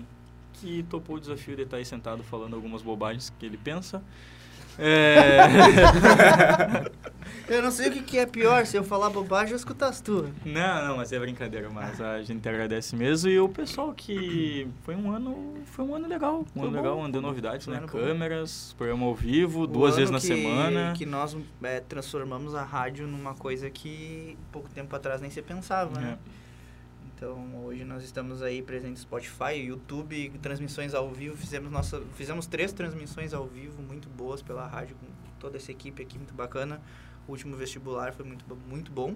Speaker 2: que topou o desafio de estar aí sentado falando algumas bobagens que ele pensa. É...
Speaker 1: Eu não sei o que, que é pior, se eu falar bobagem ou escutar as tuas.
Speaker 2: Não, não, mas é brincadeira, mas a gente agradece mesmo. E o pessoal que foi um ano, foi um ano legal, um
Speaker 1: Foi
Speaker 2: ano
Speaker 1: bom,
Speaker 2: legal,
Speaker 1: foi
Speaker 2: andando
Speaker 1: bom.
Speaker 2: novidades,
Speaker 1: Foi um
Speaker 2: né?
Speaker 1: ano bom.
Speaker 2: Câmeras, programa ao vivo,
Speaker 1: O
Speaker 2: duas
Speaker 1: ano
Speaker 2: vezes na
Speaker 1: que-
Speaker 2: semana.
Speaker 1: Que nós é, transformamos a rádio numa coisa que pouco tempo atrás nem se pensava,
Speaker 2: É.
Speaker 1: né? Então, hoje nós estamos aí presentes no Spotify, YouTube, transmissões ao vivo. Fizemos, nossa, fizemos três transmissões ao vivo muito boas pela rádio, com toda essa equipe aqui, muito bacana. O último vestibular foi muito, bo- muito bom.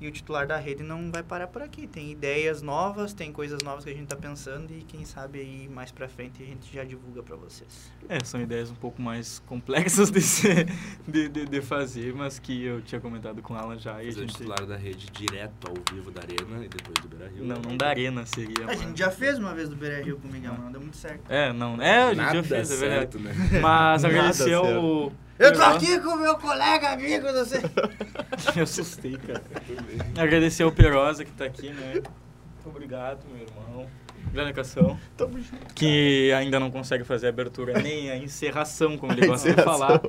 Speaker 1: E o titular da rede não vai parar por aqui. Tem ideias novas, tem coisas novas que a gente tá pensando e quem sabe aí mais pra frente a gente já divulga pra vocês.
Speaker 2: É, são ideias um pouco mais complexas de, ser- de, de- de fazer, mas que eu tinha comentado com o Alan já. E a
Speaker 4: Fazer o
Speaker 2: gente...
Speaker 4: titular da rede direto ao vivo da Arena e depois do Beira Rio.
Speaker 2: Não, não da arena seria.
Speaker 1: A gente
Speaker 2: mas-
Speaker 1: já fez É uma vez do Beira Rio com o Miguel, mas não deu muito certo.
Speaker 2: É, não. É, a gente
Speaker 4: Nada
Speaker 2: já fez, é verdade.
Speaker 4: certo, né?
Speaker 2: Mas
Speaker 3: Nada
Speaker 2: agradecer ao.
Speaker 1: Eu tô aqui com o meu colega amigo, não sei.
Speaker 2: Me assustei, cara. Agradecer ao Perosa que tá aqui, né? Muito obrigado, meu irmão. Grande Cação.
Speaker 3: Tamo junto.
Speaker 2: Que ainda não consegue fazer a abertura nem a encerração, como ele gosta de falar.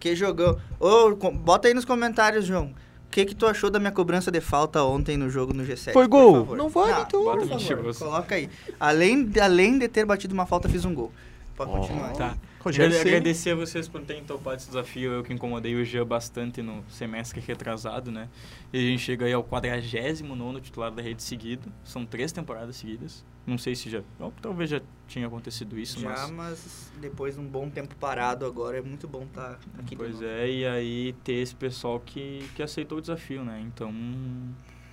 Speaker 1: Que jogão. Ô, com- bota aí nos comentários, João. O que, que tu achou da minha cobrança de falta ontem no jogo no G7?
Speaker 3: Foi
Speaker 1: por
Speaker 3: gol.
Speaker 1: favor?
Speaker 3: Não vale, então.
Speaker 2: Bota
Speaker 1: por favor,
Speaker 2: mentiroso.
Speaker 1: Coloca aí. Além de, além de ter batido uma falta, fiz um gol. Pode
Speaker 3: Ó.
Speaker 1: continuar.
Speaker 2: Tá.
Speaker 3: Rogério
Speaker 2: Agrade-
Speaker 3: Ceni.
Speaker 2: agradecer a vocês por terem topado esse desafio. Eu que incomodei o Jean bastante no semestre retrasado, né? E a gente chega aí ao 49 titular da rede seguido. São três temporadas seguidas. Não sei se já. Bom, talvez já tinha acontecido isso,
Speaker 1: Já,
Speaker 2: mas.
Speaker 1: mas depois de um bom tempo parado agora, é muito bom estar tá aqui. de
Speaker 2: Pois
Speaker 1: novo.
Speaker 2: é, e aí ter esse pessoal que, que aceitou o desafio, né? Então,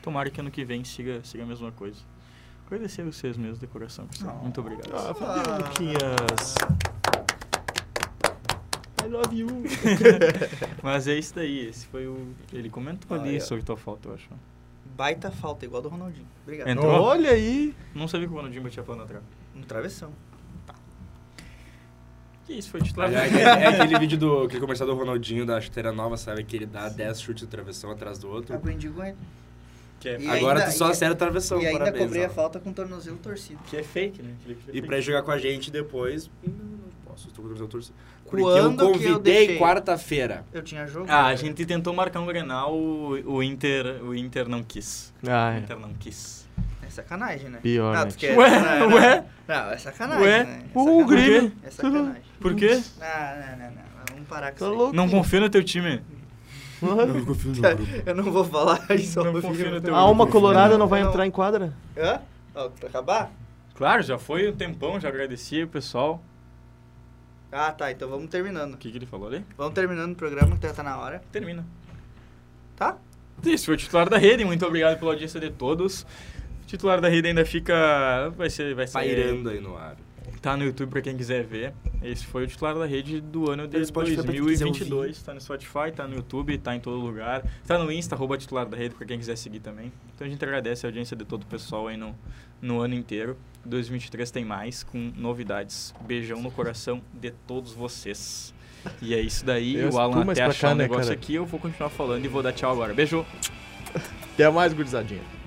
Speaker 2: tomara que ano que vem siga, siga a mesma coisa. Agradecer a vocês mesmo, de coração. pessoal. Muito obrigado.
Speaker 3: Ah, Fabiano
Speaker 1: Ah.
Speaker 3: Luquinhas. I love you.
Speaker 2: Mas é isso daí, esse foi o... Ele comentou ali
Speaker 1: Olha.
Speaker 2: sobre tua falta, eu acho.
Speaker 1: Baita falta, igual do Ronaldinho. Obrigado.
Speaker 2: Entrou.
Speaker 3: Olha aí.
Speaker 2: Não sabia que o Ronaldinho batia a bola na trave.
Speaker 1: No travessão.
Speaker 2: Que isso, foi titular.
Speaker 4: É, é- é aquele vídeo do aquele comercial do Ronaldinho da chuteira nova, sabe? Que ele dá 10 chutes de travessão atrás do outro.
Speaker 1: Aprendi com ele.
Speaker 2: Que é,
Speaker 1: E
Speaker 4: Agora
Speaker 1: ainda-
Speaker 4: tu só
Speaker 1: e-
Speaker 4: acerta a travessão,
Speaker 1: e ainda
Speaker 4: parabéns.
Speaker 1: cobrei a
Speaker 4: ó.
Speaker 1: falta com o tornozelo torcido.
Speaker 2: que é fake, né? Aquele vídeo é
Speaker 4: E
Speaker 2: fake.
Speaker 4: pra jogar com a gente depois. Não, não posso, estou com o torcida. Porque
Speaker 1: Quando que
Speaker 4: eu
Speaker 1: eu
Speaker 4: convidei
Speaker 1: deixei?
Speaker 4: quarta-feira.
Speaker 1: Eu tinha jogo.
Speaker 2: Ah, a gente tentou marcar um Grenal, o o Inter, o Inter não quis.
Speaker 3: Ah,
Speaker 2: O
Speaker 3: é.
Speaker 2: Inter não quis.
Speaker 1: É sacanagem, né?
Speaker 3: Pior,
Speaker 1: Não,
Speaker 3: né?
Speaker 1: tu quer-
Speaker 4: é,
Speaker 2: Ué,
Speaker 1: não, não.
Speaker 2: ué.
Speaker 1: Não, é sacanagem,
Speaker 2: Ué,
Speaker 1: né? É
Speaker 3: o
Speaker 1: sacanagem.
Speaker 2: Grêmio.
Speaker 1: É sacanagem.
Speaker 2: Por quê?
Speaker 1: Não, não, não, não. Vamos parar com
Speaker 3: Tá
Speaker 1: isso aí.
Speaker 3: louco?
Speaker 2: Não confia no teu time.
Speaker 4: Eu confio no
Speaker 1: Eu não vou falar isso ao
Speaker 2: Não
Speaker 1: vivo.
Speaker 2: confio no teu-
Speaker 3: A alma colorada não vai
Speaker 1: Não.
Speaker 3: entrar em quadra?
Speaker 1: Hã? Ó, pra acabar?
Speaker 2: Claro, já foi um tempão, já agradeci o pessoal.
Speaker 1: Ah, tá. Então vamos terminando.
Speaker 2: O que, que ele falou ali?
Speaker 1: Vamos terminando o programa, que já tá na hora.
Speaker 2: Termina.
Speaker 1: Tá?
Speaker 2: Isso foi o titular da rede, muito obrigado pela audiência de todos. O titular da rede ainda fica. Vai ser. Vai ser
Speaker 4: Pairando aí no ar.
Speaker 2: Tá no YouTube pra quem quiser ver. Esse foi o titular da rede do ano de
Speaker 3: Tá
Speaker 4: Pelo Spotify pra quem quiser
Speaker 2: 2022. Tá no Spotify, tá no YouTube, tá em todo lugar. Tá no Insta, arroba titular da rede pra quem quiser seguir também. Então a gente agradece a audiência de todo o pessoal aí no, no ano inteiro. 2023 tem mais com novidades. Beijão no coração de todos vocês. E é isso daí.
Speaker 3: Eu
Speaker 2: o Alan
Speaker 3: espuma mais
Speaker 2: até
Speaker 3: pra
Speaker 2: achar
Speaker 3: cá,
Speaker 2: um
Speaker 3: né,
Speaker 2: negócio
Speaker 3: cara?
Speaker 2: aqui, eu vou continuar falando e vou dar tchau agora. Beijo!
Speaker 3: Até é mais, gurizadinha.